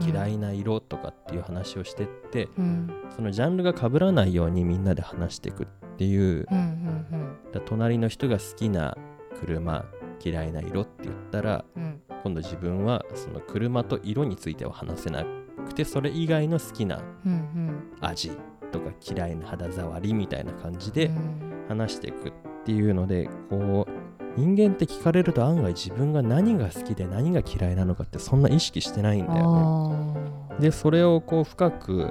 [SPEAKER 1] 嫌いな色とかっていう話をしてって
[SPEAKER 2] うん
[SPEAKER 1] そのジャンルが被らないようにみんなで話していくっていう
[SPEAKER 2] うんうんうん
[SPEAKER 1] だ隣の人が好きな車嫌いな色って言ったら
[SPEAKER 2] うん
[SPEAKER 1] 今度自分はその車と色については話せなくてそれ以外の好きな
[SPEAKER 2] うんうん
[SPEAKER 1] 味とか嫌いな肌触りみたいな感じ
[SPEAKER 2] う
[SPEAKER 1] で、
[SPEAKER 2] ん
[SPEAKER 1] 話していくっていうのでこう人間って聞かれると案外自分が何が好きで何が嫌いなのかってそんな意識してないん
[SPEAKER 2] あ
[SPEAKER 1] だよ
[SPEAKER 2] ー
[SPEAKER 1] ね。でそれをこう深く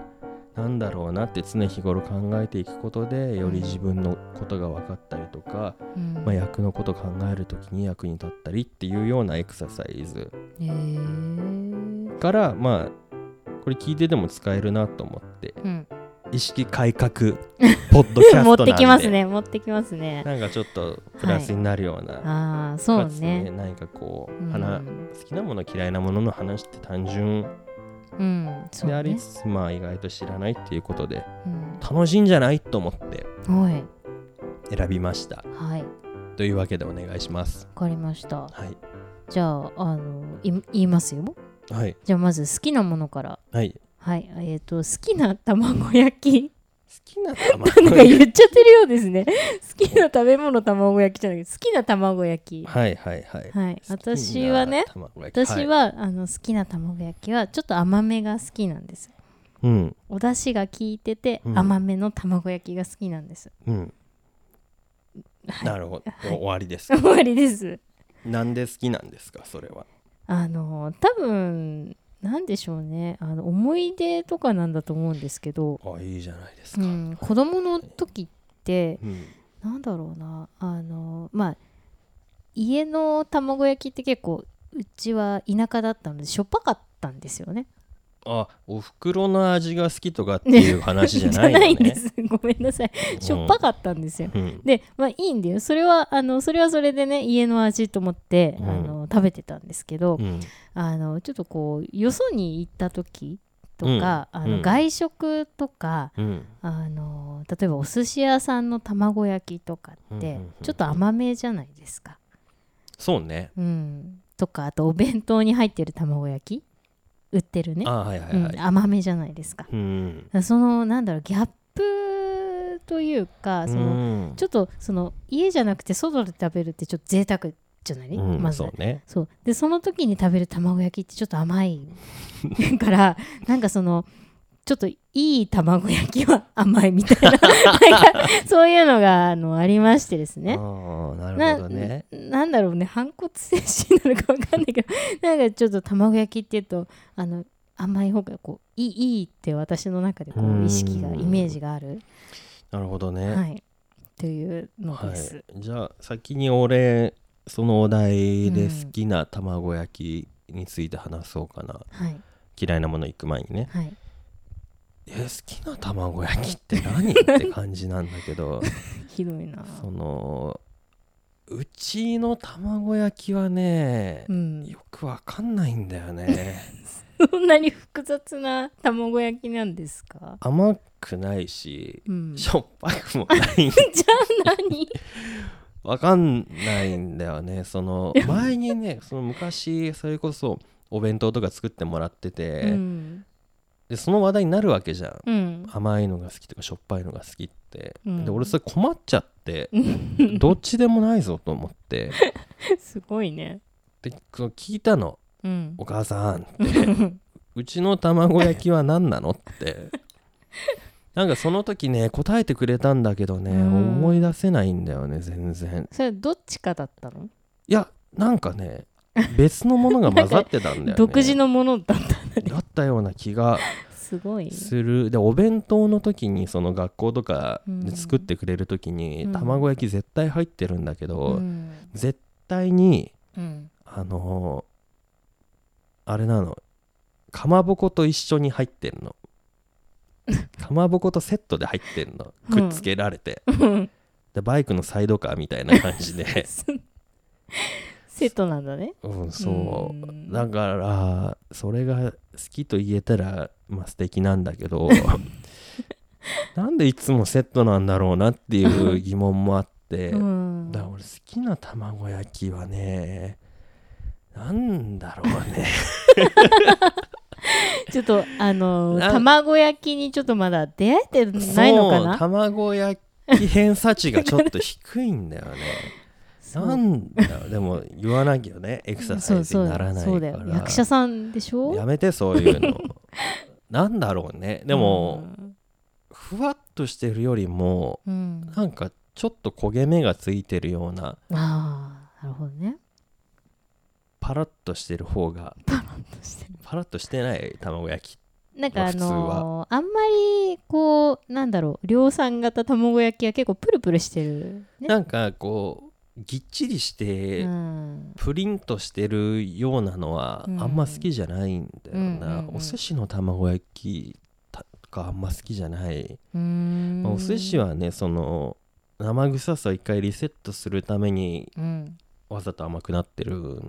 [SPEAKER 1] なんだろうなって常日頃考えていくことでより自分のことが分かったりとか、
[SPEAKER 2] うん
[SPEAKER 1] まあ、役のこと考える時に役に立ったりっていうようなエクササイズ
[SPEAKER 2] えー
[SPEAKER 1] からまあこれ聞いてでも使えるなと思って
[SPEAKER 2] うん
[SPEAKER 1] 意識改 革ポッドキャストなんで
[SPEAKER 2] 持ってきますね持ってきますね
[SPEAKER 1] なんかちょっとプラスになるような、
[SPEAKER 2] ああそう
[SPEAKER 1] かつね
[SPEAKER 2] ね
[SPEAKER 1] 何かこ
[SPEAKER 2] う
[SPEAKER 1] う、
[SPEAKER 2] ん
[SPEAKER 1] 話好きなもの嫌いなものの話って単純
[SPEAKER 2] うんそう
[SPEAKER 1] であり
[SPEAKER 2] ね
[SPEAKER 1] つつ、まあ意外と知らないっていうことで
[SPEAKER 2] うん
[SPEAKER 1] 楽しいんじゃないと思って
[SPEAKER 2] はい
[SPEAKER 1] 選びました
[SPEAKER 2] はいわ
[SPEAKER 1] というわけでお願いします
[SPEAKER 2] かりました
[SPEAKER 1] はい
[SPEAKER 2] じゃああのい言いますよ
[SPEAKER 1] はい
[SPEAKER 2] じゃあまず好きなものから
[SPEAKER 1] はい好
[SPEAKER 2] はいえっ、と好きな卵焼 き
[SPEAKER 1] きな卵
[SPEAKER 2] なんか言っちゃってるようですね好きな食べ物卵焼きじゃなくて好きな卵焼き
[SPEAKER 1] はいはいはい
[SPEAKER 2] はい私はね
[SPEAKER 1] 好きな卵焼き
[SPEAKER 2] 私
[SPEAKER 1] い
[SPEAKER 2] は、あの好きな卵焼きはちょっと甘めが好きなんです
[SPEAKER 1] うん
[SPEAKER 2] お出汁が効いてて、
[SPEAKER 1] うん
[SPEAKER 2] 甘めの卵焼きが好きなんです
[SPEAKER 1] うん
[SPEAKER 2] はい
[SPEAKER 1] なるほど
[SPEAKER 2] はい
[SPEAKER 1] 終わりです
[SPEAKER 2] 終わりです
[SPEAKER 1] なんで好きなんですかそれは
[SPEAKER 2] あの多分なんでしょうねあの思い出とかなんだと思うんですけど、
[SPEAKER 1] あいいじゃないです
[SPEAKER 2] う
[SPEAKER 1] か
[SPEAKER 2] ん、子供の時って
[SPEAKER 1] うん
[SPEAKER 2] なんだろうなあのまあ家の卵焼きって結構うちは田舎だったのでしょっぱかったんですよね。
[SPEAKER 1] あお袋の味が好きとかっていう話じゃ ないよ
[SPEAKER 2] んで
[SPEAKER 1] ね
[SPEAKER 2] す。ごめんなさい。
[SPEAKER 1] うん
[SPEAKER 2] しょっぱかったんですよ。
[SPEAKER 1] うん
[SPEAKER 2] でまあいいんだよそれはあのそれはそれでね家の味と思って、
[SPEAKER 1] うん
[SPEAKER 2] あの食べてたんですけど、
[SPEAKER 1] うん
[SPEAKER 2] あのちょっとこうよそに行った時とか、
[SPEAKER 1] うん
[SPEAKER 2] あ
[SPEAKER 1] うん
[SPEAKER 2] の外食とか、
[SPEAKER 1] うん
[SPEAKER 2] あの例えばお寿司屋さんの卵焼きとかっ
[SPEAKER 1] うんう
[SPEAKER 2] て
[SPEAKER 1] んうん
[SPEAKER 2] ちょっと甘めじゃないですか。
[SPEAKER 1] そうね
[SPEAKER 2] うん、とかあとお弁当に入ってる卵焼き売ってるね、
[SPEAKER 1] あはいはいは
[SPEAKER 2] う
[SPEAKER 1] い
[SPEAKER 2] ん、甘めじゃないですか。だか
[SPEAKER 1] うん
[SPEAKER 2] らそのなんだろうギャップというかその、
[SPEAKER 1] うん
[SPEAKER 2] ちょっとその家じゃなくて外で食べるってちょっと贅沢じゃない、
[SPEAKER 1] うん
[SPEAKER 2] まず
[SPEAKER 1] そうね
[SPEAKER 2] そうでその時に食べる卵焼きってちょっと甘い からなんかそのちょっといい卵焼きは甘いみた いななんかそういうのがあのありましてです
[SPEAKER 1] あ
[SPEAKER 2] ね
[SPEAKER 1] ーなる
[SPEAKER 2] な
[SPEAKER 1] ほどね
[SPEAKER 2] なんだろうね反骨精神なのか分かんないけどなんかちょっと卵焼きっていうとあの甘い方がこういいいいって私の中でこ
[SPEAKER 1] うん
[SPEAKER 2] う意識がイメージがある、
[SPEAKER 1] なるほどね
[SPEAKER 2] はい、というの
[SPEAKER 1] は
[SPEAKER 2] です。
[SPEAKER 1] い、じゃあ先に俺そのお題で好きな卵焼きについて話そうかな、
[SPEAKER 2] はい、
[SPEAKER 1] 嫌いなもの行く前にね
[SPEAKER 2] はい
[SPEAKER 1] え好きな卵焼きって何って感じなんだけ ど
[SPEAKER 2] ひどいな。
[SPEAKER 1] そのうちの卵焼きはね
[SPEAKER 2] う、ん、
[SPEAKER 1] よくわかんないんだよね
[SPEAKER 2] そんなに複雑な卵焼きなんですか、
[SPEAKER 1] 甘くないし
[SPEAKER 2] うん、じ
[SPEAKER 1] しょっぱくも ない
[SPEAKER 2] ゃあ 何
[SPEAKER 1] わかんないんだよねその前にねその昔それこそお弁当とか作ってもらってて、
[SPEAKER 2] うん
[SPEAKER 1] でその話題になるわけじゃん
[SPEAKER 2] うん
[SPEAKER 1] 甘いのが好きとかしょっぱいのが好きって、
[SPEAKER 2] うん
[SPEAKER 1] で俺それ困っちゃってどっちでもないぞと思って
[SPEAKER 2] すごいね。
[SPEAKER 1] でその聞いたの
[SPEAKER 2] うん
[SPEAKER 1] 「お母さん」 って「うちの卵焼きは何なの?」ってなんかその時ね答えてくれたんだけどね
[SPEAKER 2] うん
[SPEAKER 1] 思い出せないんだよね全然
[SPEAKER 2] それどっちかだったの、
[SPEAKER 1] いやなんかね別のものが混ざってたんだよね
[SPEAKER 2] 独自のもの だった。
[SPEAKER 1] だったような気が
[SPEAKER 2] すごい。
[SPEAKER 1] するでお弁当の時にその学校とか
[SPEAKER 2] う
[SPEAKER 1] で
[SPEAKER 2] ん
[SPEAKER 1] 作ってくれる時に、
[SPEAKER 2] うん
[SPEAKER 1] 卵焼き絶対入ってるんだけど、
[SPEAKER 2] うん
[SPEAKER 1] 絶対に
[SPEAKER 2] うん、
[SPEAKER 1] あのーあれなのかまぼこと一緒に入ってんの かまぼことセットで入ってんの
[SPEAKER 2] う
[SPEAKER 1] く
[SPEAKER 2] ん
[SPEAKER 1] っつけられて、でバイクのサイドカーみたいな感じで、
[SPEAKER 2] セットなんだね。
[SPEAKER 1] うん、そううんだからそれが好きと言えたらまあ素敵なんだけ どなんでいつもセットなんだろうなって いう疑問もあって、
[SPEAKER 2] うん
[SPEAKER 1] だから俺好きな卵焼きはねなんだろうね
[SPEAKER 2] ちょっとあの
[SPEAKER 1] な
[SPEAKER 2] 卵焼きにちょっとまだ出会えてないのか
[SPEAKER 1] そう
[SPEAKER 2] な
[SPEAKER 1] 卵焼き偏差値がちょっと低いんだよね
[SPEAKER 2] そう
[SPEAKER 1] なんだろうでも言わなきゃ ねエクササイズにならない
[SPEAKER 2] そ
[SPEAKER 1] か
[SPEAKER 2] うだよ
[SPEAKER 1] ら
[SPEAKER 2] 役者さんでしょ
[SPEAKER 1] やめてそういう のなんだろうねでも、ふわっとしてるよりも
[SPEAKER 2] うんうん
[SPEAKER 1] なんかちょっと焦げ目がついてるような
[SPEAKER 2] ああなるほど ね
[SPEAKER 1] パラッとしてる方がパラッとしてない卵焼き
[SPEAKER 2] なんかあ
[SPEAKER 1] 普通
[SPEAKER 2] の
[SPEAKER 1] は
[SPEAKER 2] ーあんまりこうなんだろう量産型卵焼きは結構プルプルしてるね
[SPEAKER 1] なんかこうぎっちりして、
[SPEAKER 2] うん
[SPEAKER 1] プリンとしてるようなのはあ
[SPEAKER 2] うん
[SPEAKER 1] んま好きじゃないんだよな、
[SPEAKER 2] うんうんうん
[SPEAKER 1] お寿司の卵焼きとかあんま好きじゃない、
[SPEAKER 2] うーん
[SPEAKER 1] まあお寿司はねその生臭さを一回リセットするために
[SPEAKER 2] うん
[SPEAKER 1] わざと甘くなってる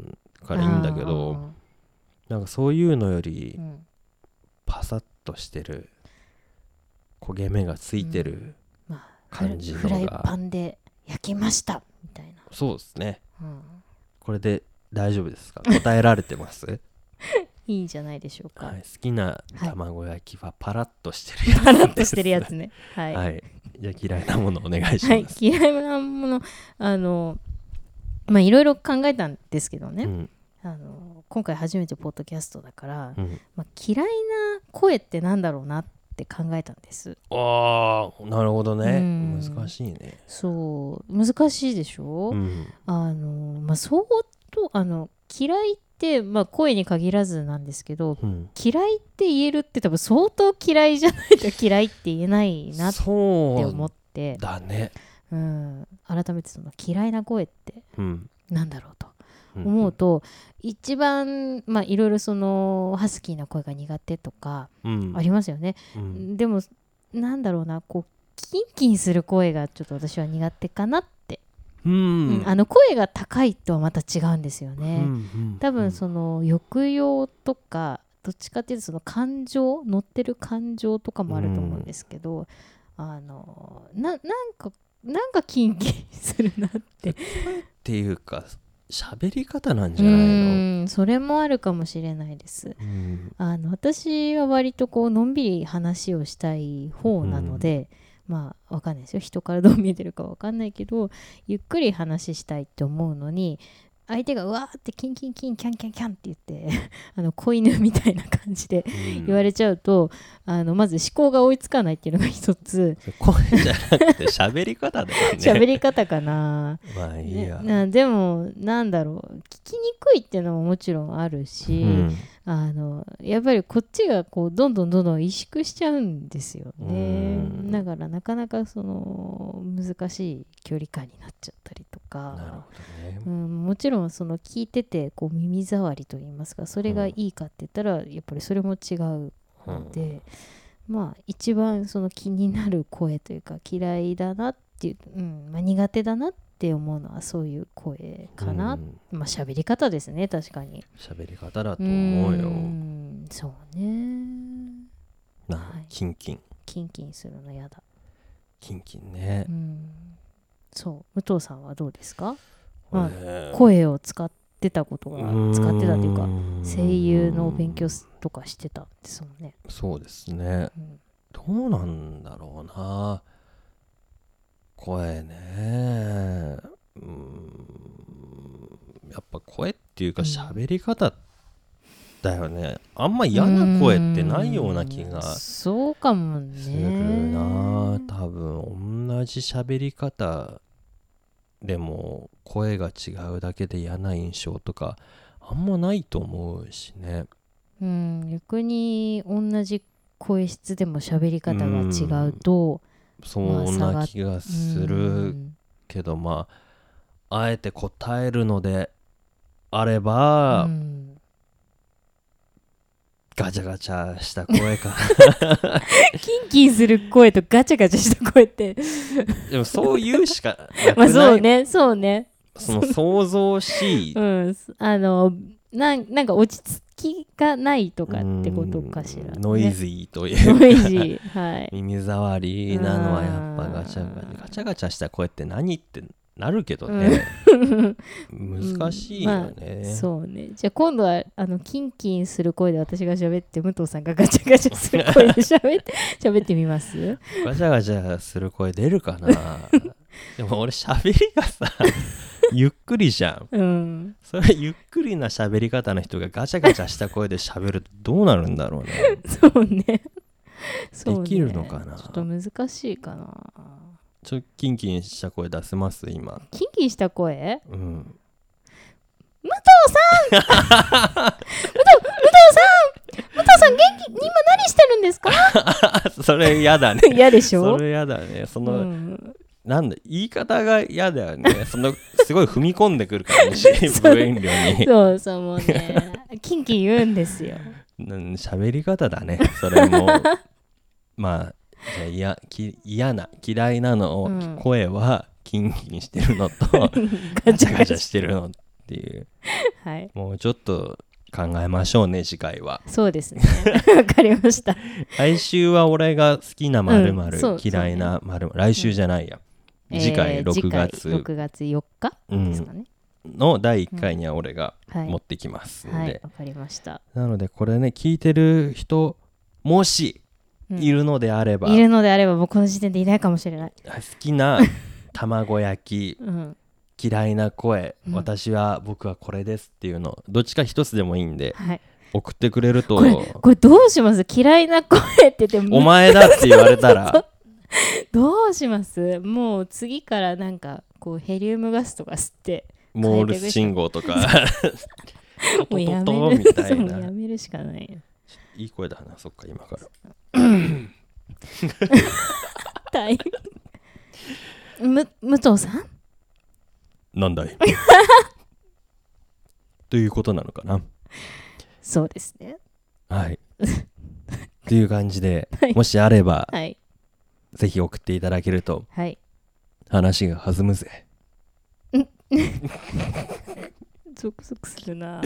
[SPEAKER 1] からいいんだけど、
[SPEAKER 2] あ
[SPEAKER 1] なんかそういうのよ
[SPEAKER 2] ー
[SPEAKER 1] り
[SPEAKER 2] うん
[SPEAKER 1] パサッとしてる焦げ目がついてる、
[SPEAKER 2] まあ
[SPEAKER 1] 感じのが
[SPEAKER 2] フライパンで焼きましたみたいな
[SPEAKER 1] そうですね
[SPEAKER 2] うん
[SPEAKER 1] これで大丈夫ですか答えられてます
[SPEAKER 2] いいんじゃないでしょうか、
[SPEAKER 1] はい、好きな卵焼きはパラッとしてるやつ、
[SPEAKER 2] パラッとしてるやつねは、
[SPEAKER 1] はいい、
[SPEAKER 2] はい
[SPEAKER 1] じゃあ嫌いなものお願いします、
[SPEAKER 2] 嫌いなものあのまあいろいろ考えたんですけどね、
[SPEAKER 1] うん
[SPEAKER 2] あの今回初めてポッドキャストだから、
[SPEAKER 1] うん、
[SPEAKER 2] まあ、嫌いな声ってなんだろうなって考えたんです
[SPEAKER 1] ああなるほどね
[SPEAKER 2] うん
[SPEAKER 1] 難しいね、
[SPEAKER 2] そう難しいでしょ、
[SPEAKER 1] うん
[SPEAKER 2] あのまあ相当あの嫌いって、まあ、声に限らずなんですけど
[SPEAKER 1] うん、
[SPEAKER 2] 嫌いって言えるって多分相当嫌いじゃないと嫌いって言えないなって
[SPEAKER 1] そ
[SPEAKER 2] 思
[SPEAKER 1] う
[SPEAKER 2] って
[SPEAKER 1] だね、
[SPEAKER 2] う、ん、改めてその嫌いな声って
[SPEAKER 1] うん、
[SPEAKER 2] なんだろうと思うと、一番まあいろいろそのハスキーな声が苦手とか
[SPEAKER 1] うん、うん
[SPEAKER 2] ありますよね、
[SPEAKER 1] うん
[SPEAKER 2] でもなんだろうなこうキンキンする声がちょっと私は苦手かなって、
[SPEAKER 1] うん
[SPEAKER 2] うんあの声が高いとはまた違うんですよね、
[SPEAKER 1] ね
[SPEAKER 2] 多分その抑揚とかどっちかっていうとその感情乗ってる感情とかもあると思うんですけど、あのななんかなんかキンキンするなって
[SPEAKER 1] っていうか喋り方なん
[SPEAKER 2] う
[SPEAKER 1] じゃないの
[SPEAKER 2] んそれもあるかもしれないです
[SPEAKER 1] うん
[SPEAKER 2] あの私は割とこうのんびり話をしたい方なので、まあわかんないですよ人からどう見えてるかわかんないけどゆっくり話したいって思うのに相手がうわーってキンキンキンキャンキャンキャンって言って あの子犬みたいな感じで
[SPEAKER 1] うん
[SPEAKER 2] 言われちゃうと、あのまず思考が追いつかないっていうのが一つ
[SPEAKER 1] 声じゃなくて喋り方だよね
[SPEAKER 2] 喋り方かな。
[SPEAKER 1] ま あいいや、
[SPEAKER 2] ねなでもなんだろう聞きにくいっていうのももちろんあるし、
[SPEAKER 1] うん
[SPEAKER 2] あのやっぱりこっちがこうどんどんどんどん萎縮しちゃうんですよ
[SPEAKER 1] う
[SPEAKER 2] ね
[SPEAKER 1] ん
[SPEAKER 2] だからなかなかその難しい距離感になっちゃったり
[SPEAKER 1] な
[SPEAKER 2] と
[SPEAKER 1] る
[SPEAKER 2] か、
[SPEAKER 1] ほ
[SPEAKER 2] う
[SPEAKER 1] どね
[SPEAKER 2] ん、もちろんその聞いててこう耳障りと言いますかそれがいいかって言ったらやっぱりそれも違うので、まあ一番その気になる声というか嫌いだなっていう、うんまあ、苦手だなって思うのはそういう声かな、
[SPEAKER 1] うん
[SPEAKER 2] まあ喋り方ですね確かに。
[SPEAKER 1] 喋り方だと思うよ
[SPEAKER 2] ーんそうね
[SPEAKER 1] なん
[SPEAKER 2] はい
[SPEAKER 1] キンキン
[SPEAKER 2] キンキンするの嫌だ
[SPEAKER 1] キンキンね
[SPEAKER 2] う、んそう武藤さんはどうですか
[SPEAKER 1] これ
[SPEAKER 2] 声を使ってたことが
[SPEAKER 1] うん
[SPEAKER 2] 使ってたというか声優のお勉強すとかしてたんですもんね、
[SPEAKER 1] そうですね
[SPEAKER 2] うん
[SPEAKER 1] どうなんだろうな声ねうーんやっぱ声っていうか
[SPEAKER 2] うん
[SPEAKER 1] 喋り方だよね、あんま嫌な声ってないような気が
[SPEAKER 2] うん
[SPEAKER 1] す
[SPEAKER 2] そうかもね
[SPEAKER 1] るな多分同じ喋り方でも声が違うだけで嫌な印象とかあんまないと思うしね
[SPEAKER 2] うん逆に同じ声質でも喋り方が違うと
[SPEAKER 1] そ
[SPEAKER 2] まあ
[SPEAKER 1] ん
[SPEAKER 2] 差が
[SPEAKER 1] な気がするけどまああえて答えるのであれば、
[SPEAKER 2] うん
[SPEAKER 1] ガチャガチャした声 か
[SPEAKER 2] キンキンする声とガチャガチャした声って
[SPEAKER 1] なでもそういうしかなくない、
[SPEAKER 2] まあそうねそうね
[SPEAKER 1] その想像しい、
[SPEAKER 2] うんすあのなんなんか落ち着きがないとかってことかし
[SPEAKER 1] う
[SPEAKER 2] ら、ね、
[SPEAKER 1] んノイ
[SPEAKER 2] ジ
[SPEAKER 1] ズイという
[SPEAKER 2] ノイジ ーはい
[SPEAKER 1] 耳障りなのはやっぱガチャガチ
[SPEAKER 2] うん
[SPEAKER 1] ャガチャガチャした声って何ってなるけどね、難しいよね、
[SPEAKER 2] そうねじゃあ今度はあのキンキンする声で私が喋って武藤さんがガチャガチャする声で喋って 喋ってみます
[SPEAKER 1] ガチャガチャする声出るか なでも俺喋りがさ ゆっくりじゃん
[SPEAKER 2] うん
[SPEAKER 1] それゆっくりな喋り方の人がガチャガチャした声で喋るとどうなるんだろうね
[SPEAKER 2] そうねそうね
[SPEAKER 1] できるのかな
[SPEAKER 2] ちょっと難しいかな
[SPEAKER 1] ちょキンキンした声出せます今
[SPEAKER 2] キンキンした声
[SPEAKER 1] うん
[SPEAKER 2] 武藤さん武藤武藤さん武藤さん元気今何してるんで すか
[SPEAKER 1] あそれ嫌だね
[SPEAKER 2] 嫌でしょ
[SPEAKER 1] それ嫌だねそうの、
[SPEAKER 2] ん、
[SPEAKER 1] なんだ言い方が嫌だよ ねそのすごい踏み込んでくるから西
[SPEAKER 2] そう
[SPEAKER 1] 部遠慮に
[SPEAKER 2] そうそうもう ねキンキン言うんですよ
[SPEAKER 1] うん喋り方だねそれも まあじゃあ嫌き嫌な嫌いなのを、
[SPEAKER 2] うん
[SPEAKER 1] 声はキンキンしてる のとガチャガチャしてるのっていう
[SPEAKER 2] はい
[SPEAKER 1] もうちょっと考えましょうね次回は
[SPEAKER 2] そうですね わかりました
[SPEAKER 1] 来週は俺が好きな〇〇、
[SPEAKER 2] そう
[SPEAKER 1] 嫌いな〇〇来週じゃないや、 次回
[SPEAKER 2] えー次
[SPEAKER 1] 6
[SPEAKER 2] 回
[SPEAKER 1] 月
[SPEAKER 2] 6月4日
[SPEAKER 1] うん
[SPEAKER 2] ですかね、
[SPEAKER 1] の第1回には俺が
[SPEAKER 2] はい
[SPEAKER 1] 持ってきますんで、
[SPEAKER 2] はいわかりました、
[SPEAKER 1] なのでこれね聞いてる人もし
[SPEAKER 2] うん
[SPEAKER 1] いるのであれば、
[SPEAKER 2] いるのであればもうこの時点でいないかもしれない、
[SPEAKER 1] 好きな卵焼
[SPEAKER 2] うん、
[SPEAKER 1] き 嫌いな声、
[SPEAKER 2] うん
[SPEAKER 1] 私は僕はこれですっていうのどっちか一つでもいいんで
[SPEAKER 2] はい
[SPEAKER 1] 送ってくれると
[SPEAKER 2] これこれどうします嫌いな声って言って
[SPEAKER 1] お前だって言われた ら
[SPEAKER 2] どうしますもう次からなんかこうヘリウムガスとか吸って
[SPEAKER 1] モールス信号とか ト
[SPEAKER 2] もう
[SPEAKER 1] ト
[SPEAKER 2] や
[SPEAKER 1] トト
[SPEAKER 2] める
[SPEAKER 1] みたい
[SPEAKER 2] もうや
[SPEAKER 1] な
[SPEAKER 2] めるしかないよ
[SPEAKER 1] いい声だなそっか今から
[SPEAKER 2] 大変 む武藤さん
[SPEAKER 1] なん だいということなのかな
[SPEAKER 2] そうですね
[SPEAKER 1] はい っていう感じで、
[SPEAKER 2] はい
[SPEAKER 1] もしあれば
[SPEAKER 2] はい
[SPEAKER 1] ぜひ送っていただけると
[SPEAKER 2] はい
[SPEAKER 1] 話が弾む ぜ
[SPEAKER 2] ゾクゾクするな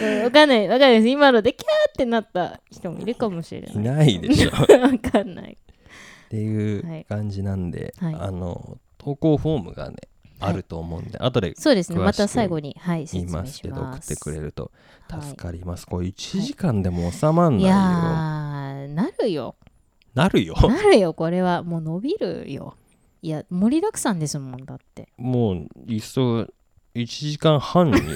[SPEAKER 2] うんわかんないわかんないです今のでキャーってなった人もいるかもしれ
[SPEAKER 1] い
[SPEAKER 2] ない
[SPEAKER 1] ないで しょっ
[SPEAKER 2] わかんない
[SPEAKER 1] てい
[SPEAKER 2] は
[SPEAKER 1] う
[SPEAKER 2] い
[SPEAKER 1] 感じなんで、
[SPEAKER 2] はい
[SPEAKER 1] あの投稿フォームがね、
[SPEAKER 2] はい
[SPEAKER 1] あると思うんで後で
[SPEAKER 2] そうですね
[SPEAKER 1] 詳しく
[SPEAKER 2] また最後にはい説
[SPEAKER 1] 言
[SPEAKER 2] 明
[SPEAKER 1] い
[SPEAKER 2] しま
[SPEAKER 1] ます
[SPEAKER 2] す
[SPEAKER 1] けど送ってくれると
[SPEAKER 2] はい
[SPEAKER 1] 助かります、これ1時間でも収まんない
[SPEAKER 2] い
[SPEAKER 1] よ、
[SPEAKER 2] やーなるよ
[SPEAKER 1] なるよ
[SPEAKER 2] なるよこれはもう伸びるよいや盛りだくさんですもんだって
[SPEAKER 1] もういっそ1時間半にする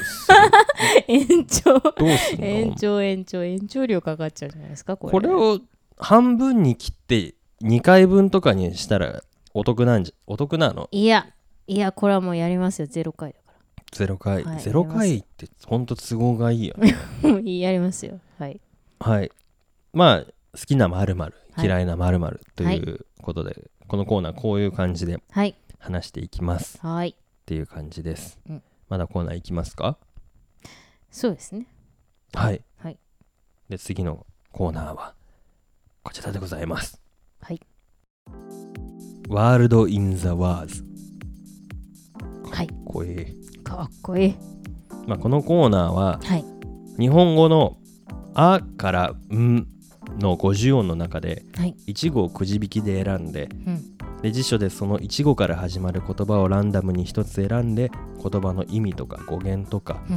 [SPEAKER 2] 延長
[SPEAKER 1] どう すんの
[SPEAKER 2] 延長延長延長量かかっちゃうんじゃないですかこれ
[SPEAKER 1] これを半分に切って2回分とかにしたらお得なんじゃお得なの
[SPEAKER 2] いやいやこれはもうやりますよゼロ回だか
[SPEAKER 1] 0回、
[SPEAKER 2] はい
[SPEAKER 1] ゼロ
[SPEAKER 2] や
[SPEAKER 1] 回ってほんと都合がいいよね
[SPEAKER 2] ら もうやりますよはい
[SPEAKER 1] はいまあ好きな〇〇
[SPEAKER 2] はい
[SPEAKER 1] 嫌いな〇〇ということで、このコーナーこういう感じで
[SPEAKER 2] はい
[SPEAKER 1] 話していきますっ
[SPEAKER 2] はい
[SPEAKER 1] ていう感じです、
[SPEAKER 2] うん
[SPEAKER 1] まだコーナーいきますか
[SPEAKER 2] そうですね
[SPEAKER 1] はい、
[SPEAKER 2] はい
[SPEAKER 1] で次のコーナーはこちらでございます
[SPEAKER 2] はい
[SPEAKER 1] ワールド・イン・ザ・ワーズ
[SPEAKER 2] はい
[SPEAKER 1] これ
[SPEAKER 2] かっこいい
[SPEAKER 1] まあ、このコーナーは
[SPEAKER 2] はい
[SPEAKER 1] 日本語の「あ」から「ん」の50音の中で
[SPEAKER 2] はい
[SPEAKER 1] 1語をくじ引きで選んで
[SPEAKER 2] うん
[SPEAKER 1] で辞書でその1語から始まる言葉をランダムに1つ選んで言葉の意味とか語源とか、
[SPEAKER 2] うん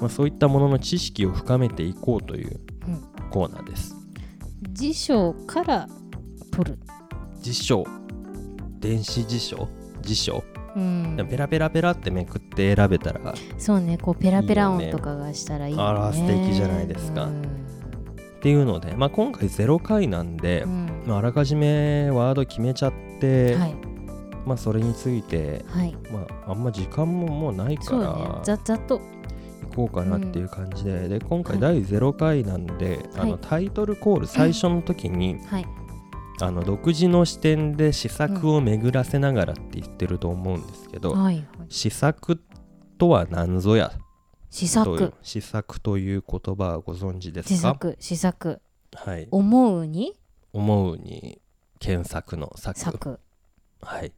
[SPEAKER 1] まあ、そういったものの知識を深めていこうという
[SPEAKER 2] うん
[SPEAKER 1] コーナーです。
[SPEAKER 2] 辞書から取る
[SPEAKER 1] 辞書電子辞書辞書
[SPEAKER 2] うん
[SPEAKER 1] ペラペラペラってめくって選べたら
[SPEAKER 2] そうねこうペラペラ
[SPEAKER 1] いい
[SPEAKER 2] 音
[SPEAKER 1] よね
[SPEAKER 2] とかがしたらいいよね
[SPEAKER 1] あら素敵じゃないですか
[SPEAKER 2] うん
[SPEAKER 1] っていうので、まあ、今回0回なんで
[SPEAKER 2] う、ん
[SPEAKER 1] まああらかじめワード決めちゃって、
[SPEAKER 2] はい
[SPEAKER 1] まあそれについて、
[SPEAKER 2] はい
[SPEAKER 1] まあ、あんま時間ももうないか
[SPEAKER 2] そうね
[SPEAKER 1] ら
[SPEAKER 2] ざざっと
[SPEAKER 1] 行こうかなっていう感じで,、で今
[SPEAKER 2] は
[SPEAKER 1] 回
[SPEAKER 2] い
[SPEAKER 1] 第0回なんで、あ
[SPEAKER 2] は
[SPEAKER 1] の
[SPEAKER 2] い
[SPEAKER 1] タイトルコール最初の時に、
[SPEAKER 2] はい
[SPEAKER 1] あの独自の視点で試作を巡らせながらって言ってると思うんですけど、
[SPEAKER 2] はいはい
[SPEAKER 1] 試作とは何ぞや
[SPEAKER 2] 試
[SPEAKER 1] という
[SPEAKER 2] 作
[SPEAKER 1] 試作という言葉はご存知で
[SPEAKER 2] 試
[SPEAKER 1] すか、
[SPEAKER 2] 作試作
[SPEAKER 1] はい、
[SPEAKER 2] 思うに
[SPEAKER 1] 思うに検索の作
[SPEAKER 2] 作
[SPEAKER 1] はい、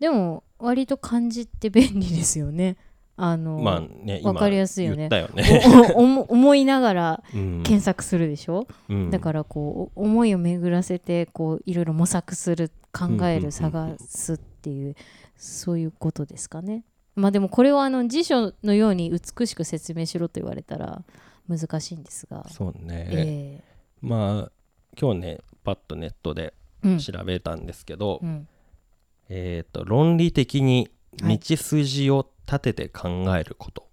[SPEAKER 2] でも割と漢字って便利ですよねあの、
[SPEAKER 1] まあね
[SPEAKER 2] わかりやすいよ
[SPEAKER 1] 今
[SPEAKER 2] ね
[SPEAKER 1] 言ったよね。
[SPEAKER 2] おお思思いながら
[SPEAKER 1] うん
[SPEAKER 2] 検索するでしょ、
[SPEAKER 1] うん
[SPEAKER 2] だからこうお思いを巡らせてこういろいろ模索する考え
[SPEAKER 1] うんうんうんうん
[SPEAKER 2] る探すっていうそういうことですかねまあでもこれをあの辞書のように美しく説明しろと言われたら難しいんですが、
[SPEAKER 1] そうね、
[SPEAKER 2] え
[SPEAKER 1] まあ今日ねパッとネットで
[SPEAKER 2] えうん
[SPEAKER 1] 調べたんですけど、
[SPEAKER 2] うん
[SPEAKER 1] えっ、と論理的に
[SPEAKER 2] はい
[SPEAKER 1] 道筋を立てて考えること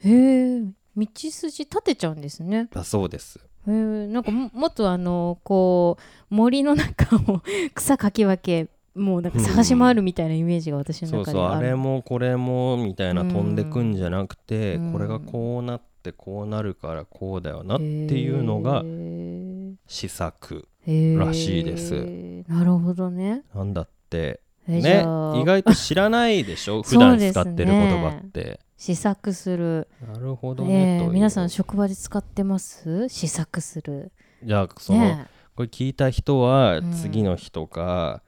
[SPEAKER 2] へえ道筋立てちゃうんですね
[SPEAKER 1] だそうです。
[SPEAKER 2] へえなんかももっとあのこう森の中を草かき分けもうなんか探し回るみたいなイメージが私の
[SPEAKER 1] そう
[SPEAKER 2] 中
[SPEAKER 1] そう
[SPEAKER 2] では
[SPEAKER 1] あれもこれもみたいな
[SPEAKER 2] うん
[SPEAKER 1] 飛んでくんじゃなくて、
[SPEAKER 2] うん
[SPEAKER 1] これがこうなってこうなるからこうだよなっ
[SPEAKER 2] へ
[SPEAKER 1] て
[SPEAKER 2] え
[SPEAKER 1] いうのが
[SPEAKER 2] へ
[SPEAKER 1] 試作
[SPEAKER 2] え
[SPEAKER 1] らしいです
[SPEAKER 2] なるほどね
[SPEAKER 1] なんだって
[SPEAKER 2] え
[SPEAKER 1] ね
[SPEAKER 2] じゃあ
[SPEAKER 1] 意外と知らないで しょ普
[SPEAKER 2] そう
[SPEAKER 1] 段
[SPEAKER 2] で
[SPEAKER 1] 使
[SPEAKER 2] すね
[SPEAKER 1] ってる言葉って。
[SPEAKER 2] 試作する、
[SPEAKER 1] なるほどね、
[SPEAKER 2] え
[SPEAKER 1] と
[SPEAKER 2] え
[SPEAKER 1] いう
[SPEAKER 2] 皆さん職場で使ってます試作する
[SPEAKER 1] じゃあその、
[SPEAKER 2] ね
[SPEAKER 1] これ聞いた人は
[SPEAKER 2] うん
[SPEAKER 1] 次の日とか、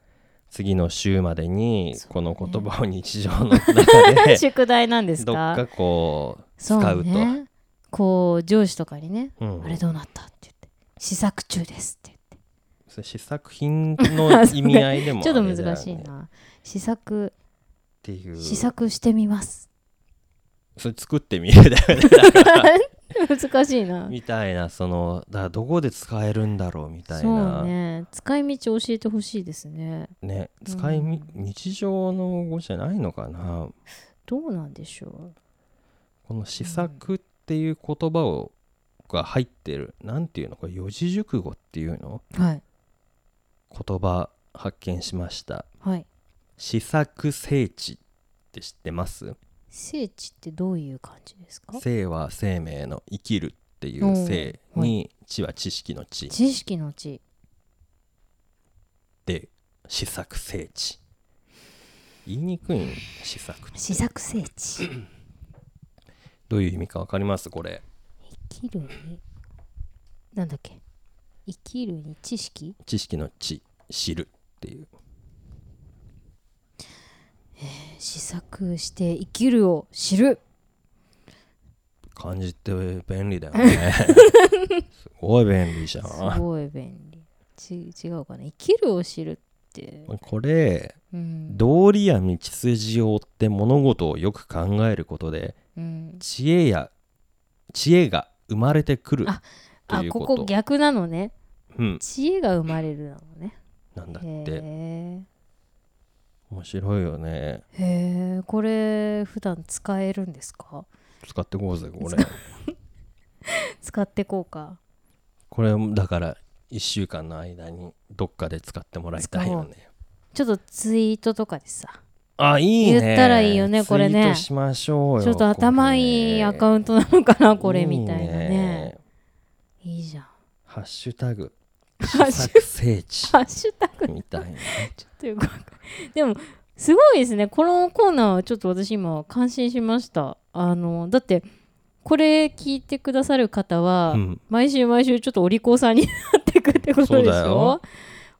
[SPEAKER 1] 次の週までに
[SPEAKER 2] そうね
[SPEAKER 1] この言葉を日常の中 で
[SPEAKER 2] 宿題なんです
[SPEAKER 1] どっ
[SPEAKER 2] か
[SPEAKER 1] かこう
[SPEAKER 2] そ
[SPEAKER 1] 使うと。
[SPEAKER 2] ねこう上司とかにね、
[SPEAKER 1] うん
[SPEAKER 2] あれどうなったって言って試作中ですって
[SPEAKER 1] それ試作品の意味合いでも
[SPEAKER 2] ちょっと
[SPEAKER 1] あれだよね
[SPEAKER 2] 難しいな。試作
[SPEAKER 1] ていう
[SPEAKER 2] 試作してみます
[SPEAKER 1] それ作ってみるだよね だから
[SPEAKER 2] 難しいな
[SPEAKER 1] みたいなそのだからどこで使えるんだろうみたい
[SPEAKER 2] そう
[SPEAKER 1] な
[SPEAKER 2] ね使い道教えてほしいですね
[SPEAKER 1] ね使いみ、日常の語じゃないのかな
[SPEAKER 2] どうなんでしょ
[SPEAKER 1] この試作っていう言葉をが入ってるなんていうのこれ四字熟語っていうの
[SPEAKER 2] うはい
[SPEAKER 1] 言葉発見しました
[SPEAKER 2] はい
[SPEAKER 1] 試作聖地って知ってます
[SPEAKER 2] 聖地ってどういう感じですか
[SPEAKER 1] 生は生命の生きるっていう生
[SPEAKER 2] うん
[SPEAKER 1] に知は知識の知
[SPEAKER 2] 知識の地
[SPEAKER 1] で試作聖地言いにくいん試作って
[SPEAKER 2] 試作聖地
[SPEAKER 1] どういう意味か分かりますこれ
[SPEAKER 2] 生きるになんだっけ生きるに知識
[SPEAKER 1] 知識の知知るっていう
[SPEAKER 2] 試作して生きるを知る
[SPEAKER 1] 感じって便利だよ ねすごい便利じゃ
[SPEAKER 2] す
[SPEAKER 1] ん
[SPEAKER 2] ごい便利ち違うかな生きるを知るって、
[SPEAKER 1] これ
[SPEAKER 2] うん
[SPEAKER 1] 道理や道筋を追って物事をよく考えることで
[SPEAKER 2] うん、
[SPEAKER 1] 知恵や知恵が生まれてくる
[SPEAKER 2] あ
[SPEAKER 1] と
[SPEAKER 2] あ
[SPEAKER 1] いう
[SPEAKER 2] こ
[SPEAKER 1] こと
[SPEAKER 2] こ逆なのね
[SPEAKER 1] うん、
[SPEAKER 2] 知恵が生まれるなのね
[SPEAKER 1] なんだって
[SPEAKER 2] へ
[SPEAKER 1] 面白いよね
[SPEAKER 2] えへえこれ普段使えるんですか
[SPEAKER 1] 使ってこうぜこれ
[SPEAKER 2] 使ってこうか
[SPEAKER 1] これだから1週間の間にどっかで使ってもらいたいよね
[SPEAKER 2] ちょっとツイートとかでさ
[SPEAKER 1] あいいね
[SPEAKER 2] 言ったらいいよねこれね
[SPEAKER 1] ツイートしましょうよ
[SPEAKER 2] ちょっと頭いいアカ
[SPEAKER 1] ウン
[SPEAKER 2] ウントなのかなこれみたいなねいいじゃん
[SPEAKER 1] ハッシュタグ
[SPEAKER 2] ハッシュ
[SPEAKER 1] 作成地
[SPEAKER 2] ハッシュタグ
[SPEAKER 1] みたいな
[SPEAKER 2] というかでもすごいですねこのコーナーはちょっと私今感心しましたあのだってこれ聞いてくださる方は、
[SPEAKER 1] うん
[SPEAKER 2] 毎週毎週ちょっとお利口さんになっていくってこと
[SPEAKER 1] そう
[SPEAKER 2] でし
[SPEAKER 1] だ
[SPEAKER 2] ょ
[SPEAKER 1] よ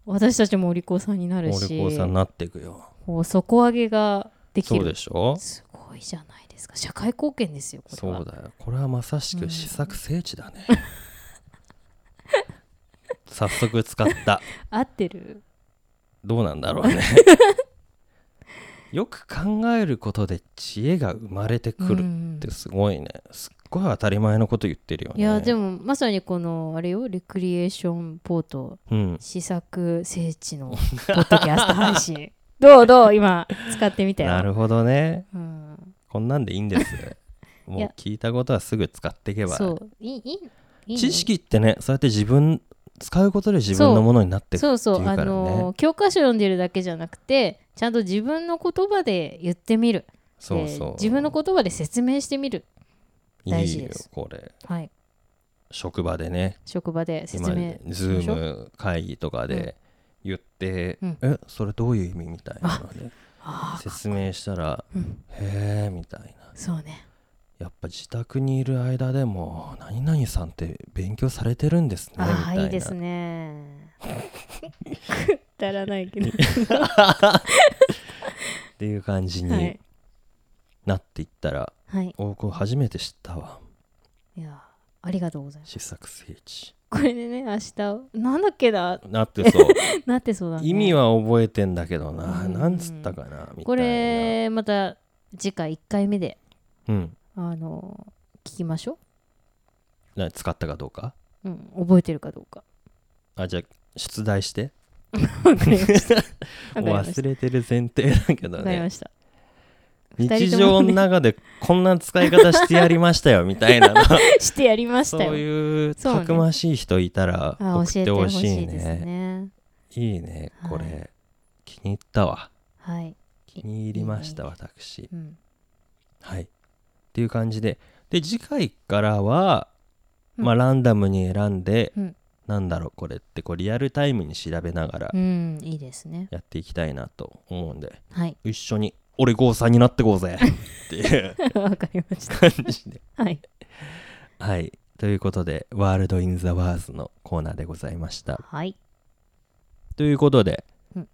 [SPEAKER 2] 私たちもお利口さんになる
[SPEAKER 1] 俺
[SPEAKER 2] し
[SPEAKER 1] こうさんなっていくよ
[SPEAKER 2] こう底上げができ
[SPEAKER 1] そう
[SPEAKER 2] る
[SPEAKER 1] でしょ
[SPEAKER 2] すごいじゃないですか社会貢献ですよこれは
[SPEAKER 1] そうだよこれはまさし
[SPEAKER 2] う
[SPEAKER 1] く
[SPEAKER 2] ん
[SPEAKER 1] 試作聖地だね 早速使った
[SPEAKER 2] 合ってる
[SPEAKER 1] どうなんだろう ねよく考えることで知恵が生まれてく
[SPEAKER 2] う
[SPEAKER 1] る
[SPEAKER 2] ん
[SPEAKER 1] ってすごいねすっごい当たり前のこと言ってるよね
[SPEAKER 2] いやで
[SPEAKER 1] も
[SPEAKER 2] もまさにこのあれよレクリエーションポート
[SPEAKER 1] うん
[SPEAKER 2] 試作聖地のポッドキャスト配信 どうどう今使ってみたよ
[SPEAKER 1] なるほどね
[SPEAKER 2] うん、
[SPEAKER 1] こんなんでいいんです もう聞いたことはすぐ使っていけば
[SPEAKER 2] そういいいいいい
[SPEAKER 1] 知識ってねそうやって自分使うことで自分のものになってく
[SPEAKER 2] そうそ
[SPEAKER 1] っ
[SPEAKER 2] う、
[SPEAKER 1] てい
[SPEAKER 2] あ
[SPEAKER 1] うからね
[SPEAKER 2] のー教科書読んでるだけじゃなくてちゃんと自分の言葉で言ってみる
[SPEAKER 1] そう
[SPEAKER 2] で
[SPEAKER 1] そう
[SPEAKER 2] 自分の言葉で説明してみる大事
[SPEAKER 1] いい
[SPEAKER 2] で
[SPEAKER 1] よ
[SPEAKER 2] す
[SPEAKER 1] これ
[SPEAKER 2] はい
[SPEAKER 1] 職場でね
[SPEAKER 2] 職場で説
[SPEAKER 1] 今
[SPEAKER 2] 明
[SPEAKER 1] ズ
[SPEAKER 2] しましょう
[SPEAKER 1] ーム会議とかで言って、
[SPEAKER 2] うん
[SPEAKER 1] えそれどういう意味みたいなので
[SPEAKER 2] ああ
[SPEAKER 1] 説明したら
[SPEAKER 2] うん
[SPEAKER 1] 「へえ」みたいな
[SPEAKER 2] そうね
[SPEAKER 1] やっぱ自宅にいる間でも「何々さんって勉強されてるんですね」み
[SPEAKER 2] あ
[SPEAKER 1] た
[SPEAKER 2] あ
[SPEAKER 1] いない
[SPEAKER 2] いで すねくだらないけど
[SPEAKER 1] っていう感じ
[SPEAKER 2] は
[SPEAKER 1] に
[SPEAKER 2] い
[SPEAKER 1] なっていったら、
[SPEAKER 2] はい
[SPEAKER 1] おこれ初めて知ったわ
[SPEAKER 2] いやありがとうございます
[SPEAKER 1] 試作聖 地
[SPEAKER 2] これでね明日なんだっけな
[SPEAKER 1] なってそう
[SPEAKER 2] なってそうだね
[SPEAKER 1] 意味は覚えてんだけどな、
[SPEAKER 2] うん
[SPEAKER 1] なんつったかなみたいな
[SPEAKER 2] これまた次回1回目で
[SPEAKER 1] うん
[SPEAKER 2] あの聞きましょ
[SPEAKER 1] な使ったかどうか
[SPEAKER 2] う、うん、覚えてるかどう か
[SPEAKER 1] あじゃあ出題して
[SPEAKER 2] わかりましたわかりました
[SPEAKER 1] 忘れてる前提だけ
[SPEAKER 2] わ
[SPEAKER 1] ど
[SPEAKER 2] かりま
[SPEAKER 1] ね
[SPEAKER 2] した
[SPEAKER 1] 日常の中でこんな使い方してやりましたよみたいなの
[SPEAKER 2] してやりま し
[SPEAKER 1] そ
[SPEAKER 2] たよ
[SPEAKER 1] ういう
[SPEAKER 2] そう
[SPEAKER 1] た
[SPEAKER 2] ね
[SPEAKER 1] くましい人いたら送
[SPEAKER 2] あ
[SPEAKER 1] っ
[SPEAKER 2] 教え
[SPEAKER 1] て
[SPEAKER 2] てほ
[SPEAKER 1] ほ
[SPEAKER 2] し
[SPEAKER 1] し
[SPEAKER 2] い
[SPEAKER 1] い
[SPEAKER 2] です
[SPEAKER 1] ね
[SPEAKER 2] ね
[SPEAKER 1] いいねこれ、
[SPEAKER 2] は
[SPEAKER 1] 気に入ったわ
[SPEAKER 2] はい、
[SPEAKER 1] 気に入りました私
[SPEAKER 2] うん
[SPEAKER 1] はいっていう感じでで次回からは、
[SPEAKER 2] うん
[SPEAKER 1] まあランダムに選んで、
[SPEAKER 2] うん
[SPEAKER 1] なんだろうこれってこうリアルタイムに調べながら
[SPEAKER 2] うん、いいですね
[SPEAKER 1] やっていきたいなと思うんで、
[SPEAKER 2] はい
[SPEAKER 1] 一緒に俺ゴーさんになってこうぜっていう
[SPEAKER 2] わかりました
[SPEAKER 1] 感じで
[SPEAKER 2] はい
[SPEAKER 1] はいということで「ワールド・イン・ザ・ワーズ」のコーナーでございました
[SPEAKER 2] はい
[SPEAKER 1] ということで、
[SPEAKER 2] うん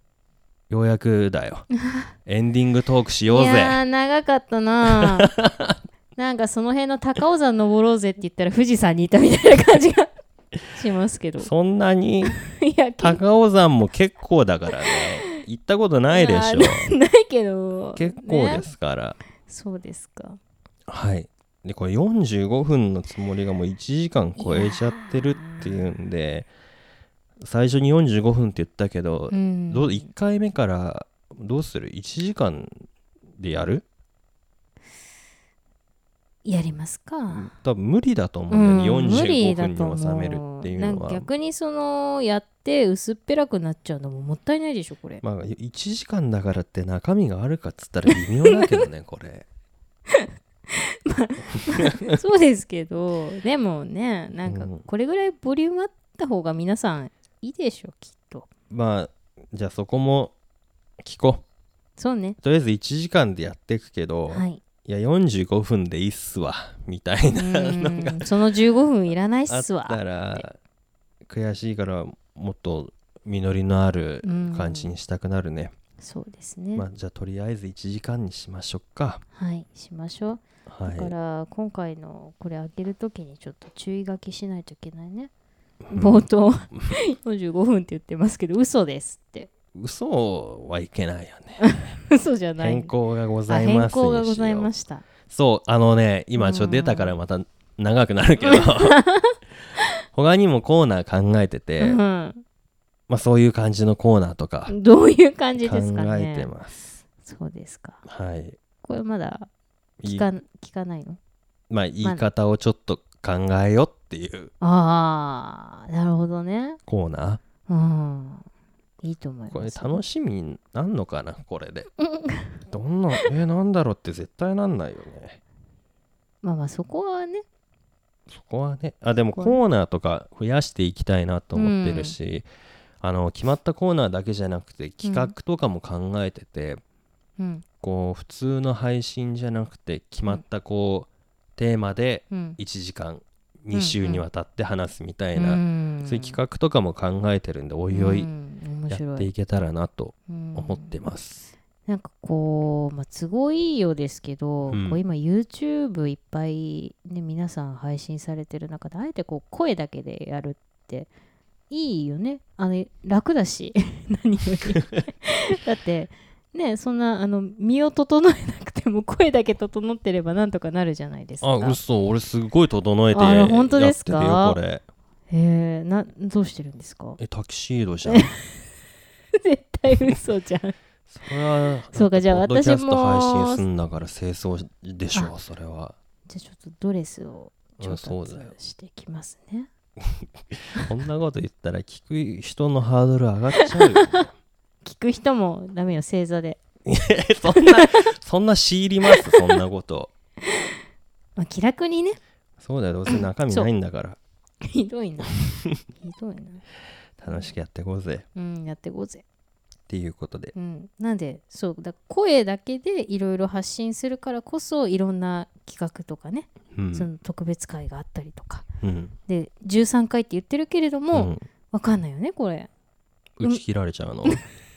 [SPEAKER 1] ようやくだ よエンディングトークしよう
[SPEAKER 2] い
[SPEAKER 1] ぜ
[SPEAKER 2] やー長かった なあなんかその辺の高尾山登ろうぜって言ったら富士山にいたみたいな感 じがしますけど
[SPEAKER 1] そんなに
[SPEAKER 2] いや
[SPEAKER 1] 高尾山も結構だからね行ったことないでし
[SPEAKER 2] いや
[SPEAKER 1] ょ
[SPEAKER 2] ないけど
[SPEAKER 1] 結構
[SPEAKER 2] ね
[SPEAKER 1] ですから、
[SPEAKER 2] そうですか
[SPEAKER 1] はいでこれ45分のつもりがもう1時間超えちゃってるっていうんで最初に45分って言ったけど、
[SPEAKER 2] うん
[SPEAKER 1] どう1回目からどうする1時間でやる
[SPEAKER 2] やりますか
[SPEAKER 1] 多分無理だと思うんだよね、
[SPEAKER 2] 無理
[SPEAKER 1] 45
[SPEAKER 2] だ
[SPEAKER 1] 分
[SPEAKER 2] と思
[SPEAKER 1] に収めるっていう
[SPEAKER 2] な
[SPEAKER 1] の
[SPEAKER 2] んか
[SPEAKER 1] は
[SPEAKER 2] 逆にそのやって薄っぺらくなっちゃうのももったいないでしょこ れ、
[SPEAKER 1] まあ1時間だからって中身があるかっつったら微妙だけど ねこれ
[SPEAKER 2] そうですけどでもねなんか
[SPEAKER 1] うん
[SPEAKER 2] これぐらいボリュームあった方が皆さんいいでしょきっと
[SPEAKER 1] まあじゃあそこも聞こ
[SPEAKER 2] そうね
[SPEAKER 1] うとりあえず1時間でやっていくけど、、
[SPEAKER 2] はい い
[SPEAKER 1] や45分でいいっすわみたいななんか
[SPEAKER 2] うんその15分いらないっ
[SPEAKER 1] あっ
[SPEAKER 2] すわ
[SPEAKER 1] たら悔しいからもっと実りのある感じ
[SPEAKER 2] うん
[SPEAKER 1] にしたくなるね、
[SPEAKER 2] そうですね、
[SPEAKER 1] まあじゃあとりあえず1時間にしましょうか
[SPEAKER 2] はいしましょう
[SPEAKER 1] は
[SPEAKER 2] だか
[SPEAKER 1] い
[SPEAKER 2] ら今回のこれ開けるときにちょっと注意書きしないといけないね、
[SPEAKER 1] うん
[SPEAKER 2] 冒 頭45分って言ってますけど嘘です って
[SPEAKER 1] 嘘はいけないよね
[SPEAKER 2] 嘘じゃない
[SPEAKER 1] 変更がご
[SPEAKER 2] あ
[SPEAKER 1] ざい
[SPEAKER 2] 変
[SPEAKER 1] ます
[SPEAKER 2] 更がござ
[SPEAKER 1] にし
[SPEAKER 2] い
[SPEAKER 1] よう
[SPEAKER 2] ました
[SPEAKER 1] そう、あのね、今ちょっと出たからまた長くなるけど、 他にもコーナー考えてて、
[SPEAKER 2] う
[SPEAKER 1] まあそういう感じのコーナーとか
[SPEAKER 2] ん、どういう感じ
[SPEAKER 1] 考
[SPEAKER 2] ですか
[SPEAKER 1] えて
[SPEAKER 2] ね
[SPEAKER 1] ます。
[SPEAKER 2] そうですか
[SPEAKER 1] はい。
[SPEAKER 2] これまだ
[SPEAKER 1] い
[SPEAKER 2] 聞
[SPEAKER 1] い
[SPEAKER 2] か聞かないの
[SPEAKER 1] まあ言い方をちょっと考えようっていう
[SPEAKER 2] ああなるほどね
[SPEAKER 1] コーナ
[SPEAKER 2] うんいいと思い
[SPEAKER 1] ー。これ
[SPEAKER 2] ます
[SPEAKER 1] 楽しみになんのかな、これで。どんな、え、なんだろうって絶対なんないよね。
[SPEAKER 2] まあまあそこはね
[SPEAKER 1] そこはね、あ、でも
[SPEAKER 2] これ
[SPEAKER 1] コーナーとか増やしていきたいなと思ってるし、あの決まったコーナーだけじゃなくて企画とかも考えてて、
[SPEAKER 2] うん
[SPEAKER 1] こう普通の配信じゃなくて決まったこう、テーマで
[SPEAKER 2] うん
[SPEAKER 1] 1時間
[SPEAKER 2] んう
[SPEAKER 1] 2
[SPEAKER 2] ん
[SPEAKER 1] 週にわたって話すみたいな、
[SPEAKER 2] な
[SPEAKER 1] そういう企画とかも考えてるんでおいおいやっていけたらなと思
[SPEAKER 2] 思
[SPEAKER 1] ってます、
[SPEAKER 2] なんかこう、まあ、都合いいようですけ
[SPEAKER 1] う
[SPEAKER 2] ど、
[SPEAKER 1] ん
[SPEAKER 2] こう今 YouTube いっぱい、ね、皆さん配信されてる中であえてこう声だけでやるっていいよねあの楽だし 何よ りだってねそんなあの身を整えなくても声だけ整ってればなんとかなるじゃないですか
[SPEAKER 1] あ嘘俺すごい整えてや
[SPEAKER 2] あら
[SPEAKER 1] って
[SPEAKER 2] 本当です
[SPEAKER 1] る
[SPEAKER 2] か
[SPEAKER 1] よこれ
[SPEAKER 2] へえなどうしてるんですか
[SPEAKER 1] えタキシードじゃん
[SPEAKER 2] 絶対嘘じ ゃん
[SPEAKER 1] それは
[SPEAKER 2] そうかじゃあ
[SPEAKER 1] ポッドキャスト配
[SPEAKER 2] 私も
[SPEAKER 1] 信すんだから清掃でしょうそれは
[SPEAKER 2] じゃあちょっとドレスを
[SPEAKER 1] う
[SPEAKER 2] 調
[SPEAKER 1] んそう
[SPEAKER 2] 達
[SPEAKER 1] だよ
[SPEAKER 2] してきますね、
[SPEAKER 1] こんなこと言ったら聞く人のハードル上がっち ゃうよ
[SPEAKER 2] 聞く人もダメよ正座で、
[SPEAKER 1] えそんな、 そんな仕入りますそんなこと。
[SPEAKER 2] まあ、気楽にね
[SPEAKER 1] そうだよ、どうせ中身ないんだから、
[SPEAKER 2] ひ どいな。ひどいな。
[SPEAKER 1] 楽しくやっていこうぜ。
[SPEAKER 2] うん、やってこうぜ。
[SPEAKER 1] っていうことで。
[SPEAKER 2] うん、なんで、そう、だ声だけでいろいろ発信するからこそ、いろんな企画とかね、
[SPEAKER 1] う
[SPEAKER 2] そ
[SPEAKER 1] ん。
[SPEAKER 2] の特別会があったりとか。
[SPEAKER 1] うん。
[SPEAKER 2] で、13回って言ってるけれども、
[SPEAKER 1] うん
[SPEAKER 2] わかんないよね、これ。
[SPEAKER 1] 打ち切られちゃうの。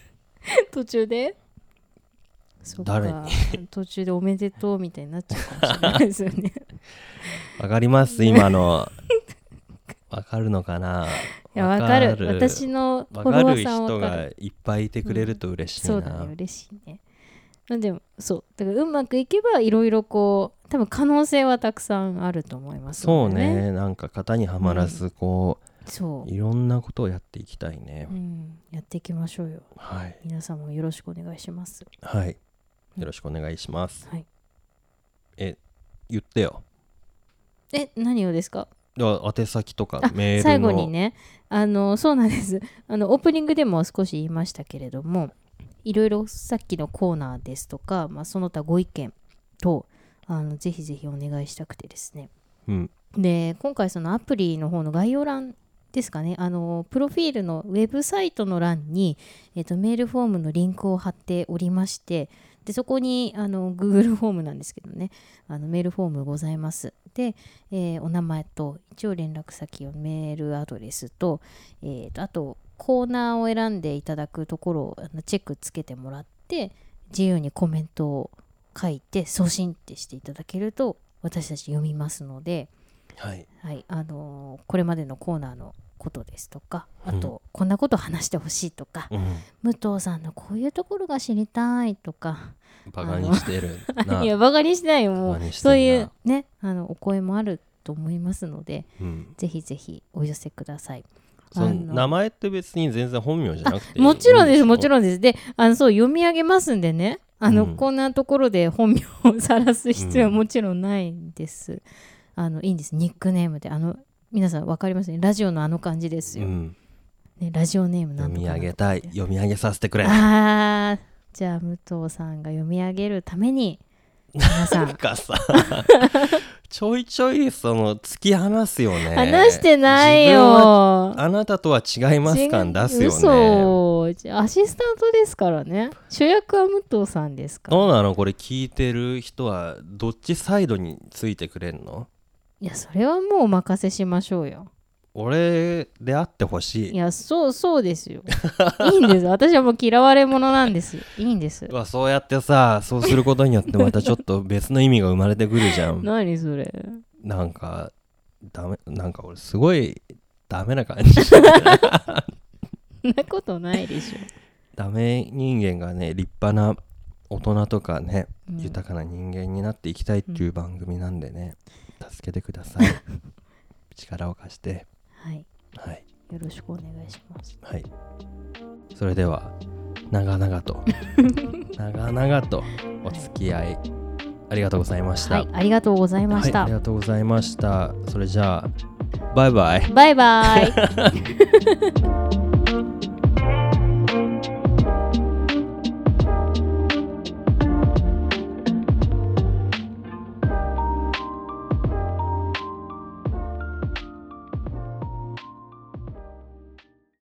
[SPEAKER 2] 途中で。そっか
[SPEAKER 1] 誰
[SPEAKER 2] 途中でおめでとうみたいになっちゃうかもしれないですよ ね。
[SPEAKER 1] わかります今 の。わかるのかない
[SPEAKER 2] や、わかる。私のフ
[SPEAKER 1] わ
[SPEAKER 2] ォロ
[SPEAKER 1] か
[SPEAKER 2] ワ
[SPEAKER 1] る
[SPEAKER 2] ーさん
[SPEAKER 1] 人
[SPEAKER 2] わかる
[SPEAKER 1] が。いっぱいいてくれると嬉しい
[SPEAKER 2] そうだね
[SPEAKER 1] な。
[SPEAKER 2] 嬉しいねまあでもそうだからうまくいけばいろいろこう多分可能性はたくさんあると思います
[SPEAKER 1] そう
[SPEAKER 2] のでね
[SPEAKER 1] ね。なんか型にはまらず、こ
[SPEAKER 2] そ
[SPEAKER 1] う、
[SPEAKER 2] う
[SPEAKER 1] いろんなことをやっていきたいね
[SPEAKER 2] う。ん、やっていきましょうよ
[SPEAKER 1] はい。
[SPEAKER 2] 皆さんもよろしくお願いします
[SPEAKER 1] はい。よろしくお願いします。
[SPEAKER 2] はい
[SPEAKER 1] え、言ってよ。
[SPEAKER 2] え何をですか
[SPEAKER 1] では宛先とか
[SPEAKER 2] あ
[SPEAKER 1] メールの
[SPEAKER 2] 最後にねあのそうなんですあのオープニングでも少し言いましたけれどもいろいろさっきのコーナーですとか、まあ、その他ご意見とあのぜひぜひお願いしたくてですね
[SPEAKER 1] うん
[SPEAKER 2] で今回そのアプリの方の概要欄ですかねあのプロフィールのウェブサイトの欄に、えっとメールフォームのリンクを貼っておりましてでそこにあの Google フォームなんですけどねあのメールフォームございますで、えーお名前と一応連絡先をメールアドレスと,、えーとあとコーナーを選んでいただくところをあのチェックつけてもらって自由にコメントを書いて送信ってしていただけると私たち読みますので
[SPEAKER 1] はい
[SPEAKER 2] はい、あのーこれまでのコーナーのことですとかあと、こんなこと話してほしいとか、
[SPEAKER 1] うん、
[SPEAKER 2] 武藤さんのこういうところが知りたいとか
[SPEAKER 1] バカにしてるな
[SPEAKER 2] いやバカにしないよも
[SPEAKER 1] バカ
[SPEAKER 2] う
[SPEAKER 1] にしてんな
[SPEAKER 2] そういうねあのお声もあると思いますので
[SPEAKER 1] うん、
[SPEAKER 2] ぜひぜひお寄せください
[SPEAKER 1] その
[SPEAKER 2] あの
[SPEAKER 1] 名前って別に全然本名じゃなくて
[SPEAKER 2] もちろんですもち
[SPEAKER 1] ん
[SPEAKER 2] ろんですであのそう読み上げますんでねあの、
[SPEAKER 1] うん
[SPEAKER 2] こんなところで本名を晒す必要は
[SPEAKER 1] うん
[SPEAKER 2] もちろんないんです、あのいいんですニックネームであの皆さん分かりますねラジオのあの感じですよ、
[SPEAKER 1] うん、
[SPEAKER 2] ね、ラジオネームな
[SPEAKER 1] 読
[SPEAKER 2] んとか
[SPEAKER 1] み
[SPEAKER 2] な
[SPEAKER 1] 上げたい読み上げさせてく れな
[SPEAKER 2] あーじゃあ武藤さんが読み上げるた めに皆さ
[SPEAKER 1] ん
[SPEAKER 2] ん
[SPEAKER 1] かさちょいちょいその突き放すよね
[SPEAKER 2] 話してない
[SPEAKER 1] 自分は
[SPEAKER 2] よ
[SPEAKER 1] あなたとは違います感出すよね
[SPEAKER 2] 嘘じゃあアシスタントですからね主役は武藤さんですから
[SPEAKER 1] どうなのこれ聞いてる人はどっちサイドについてくれんの
[SPEAKER 2] いやそれはもうお任せしましょうよ
[SPEAKER 1] 俺であってほしい
[SPEAKER 2] いやそうそうですよいいんです私はもう嫌われ者なんですいいんです
[SPEAKER 1] うわそうやってさそうすることによってまたちょっと別の意味が生まれてくるじゃ ん
[SPEAKER 2] 何それ
[SPEAKER 1] なんかダメなんか俺すごいダメな感 じ
[SPEAKER 2] そんなことないでしょ、
[SPEAKER 1] ダメ人間がね立派な大人とかね、
[SPEAKER 2] うん
[SPEAKER 1] 豊かな人間になっていきたいっていう番組なんでね、助けてください 力を貸して
[SPEAKER 2] はい
[SPEAKER 1] はい
[SPEAKER 2] よろしくお願いします
[SPEAKER 1] はいそれでは長々 と長々とお付き合いありがとうございました、
[SPEAKER 2] はいありがとうございまし
[SPEAKER 1] はい、
[SPEAKER 2] た、
[SPEAKER 1] ありがとうございましたそれじゃあバイバイ
[SPEAKER 2] バイバイ